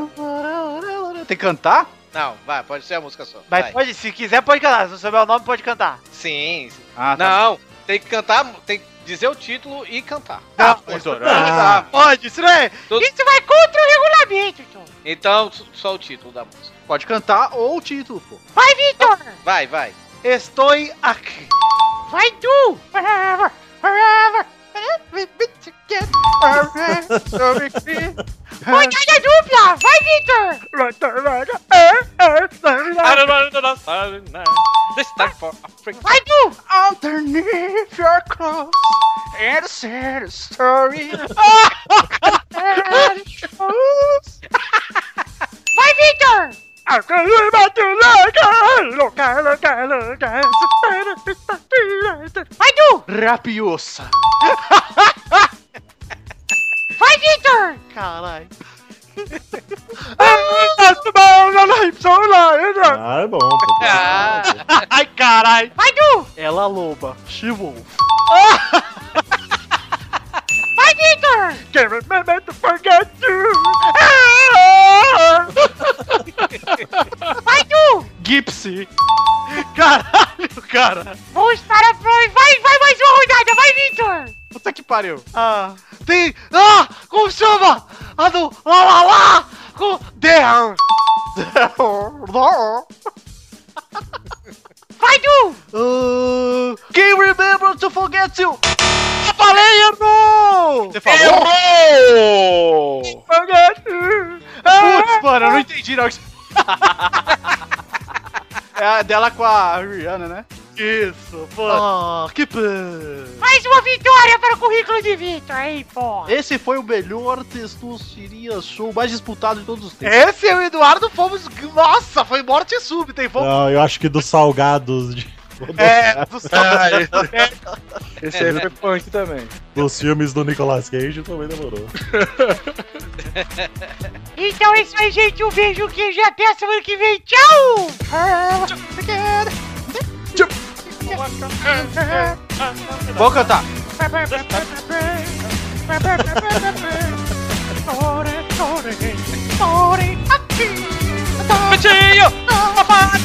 Speaker 1: Tem que cantar?
Speaker 2: Não, vai, pode ser a música só.
Speaker 7: Mas
Speaker 2: vai.
Speaker 7: pode, se quiser, pode cantar. Se não souber o nome, pode cantar.
Speaker 2: Sim. sim.
Speaker 1: Ah, tá.
Speaker 2: Não, tem que cantar, tem que dizer o título e cantar.
Speaker 1: Ah, pois, Touro.
Speaker 7: Ah, pode, isso não é.
Speaker 2: Tudo-
Speaker 8: Isso vai contra o regulamento, Touro!
Speaker 2: Então, s- só o título da música.
Speaker 1: Pode cantar ou o título, pô.
Speaker 8: Vai, Victor!
Speaker 2: Vai, vai.
Speaker 7: Estou aqui.
Speaker 8: Vai, Du! Forever! Forever! We've been together forever, so we feel- Rodada dupla! Vai, Victor!
Speaker 2: This time for Africa.
Speaker 8: Vai, Du!
Speaker 1: Underneath your clothes, and a
Speaker 7: [LAUGHS]
Speaker 1: sad story.
Speaker 8: Vai, Victor! Vai, Du!
Speaker 1: Rapiosa.
Speaker 8: Vai, Victor!
Speaker 7: [LAUGHS] Caralho.
Speaker 4: Ah, é bom. pô.
Speaker 1: [LAUGHS]
Speaker 7: Ai, caralho.
Speaker 8: Vai, Du!
Speaker 1: Ela loba. She-Wolf.
Speaker 8: [LAUGHS] Vai, Victor! Ah! Vai, Du!
Speaker 1: Gipsy.
Speaker 7: Caralho, cara.
Speaker 8: Vamos para a pro... Vai, vai, mais uma rodada! Vai, Victor!
Speaker 1: Puta que pariu.
Speaker 7: Ah, tem. Ah, como chama? A do. Lá, lá, lá. Com. There.
Speaker 8: [LAUGHS] Vai, Du!
Speaker 7: Ah,
Speaker 1: Uh, can't remember to forget you.
Speaker 7: Eu falei, errou.
Speaker 1: Você falou?
Speaker 5: Errou!
Speaker 1: Putz, mano, eu não entendi não. É a dela com a Rihanna, né?
Speaker 7: Isso, pô.
Speaker 1: Ah, que pena.
Speaker 8: Mais uma vitória para o currículo de Victor, hein, porra!
Speaker 1: Esse foi o melhor Testosteria Show mais disputado de todos os tempos.
Speaker 7: Esse eu e o Eduardo fomos. Nossa, foi morte súbita, hein? Fomos.
Speaker 4: Não, eu acho que dos salgados de.
Speaker 7: É, do
Speaker 5: Ai, Esse aí foi punk também.
Speaker 4: Dos filmes do Nicolas Cage também demorou.
Speaker 9: Então é isso aí, gente. Um beijo que já até a semana que vem. Tchau!
Speaker 1: Vou cantar.
Speaker 8: Petinho!
Speaker 9: Papato!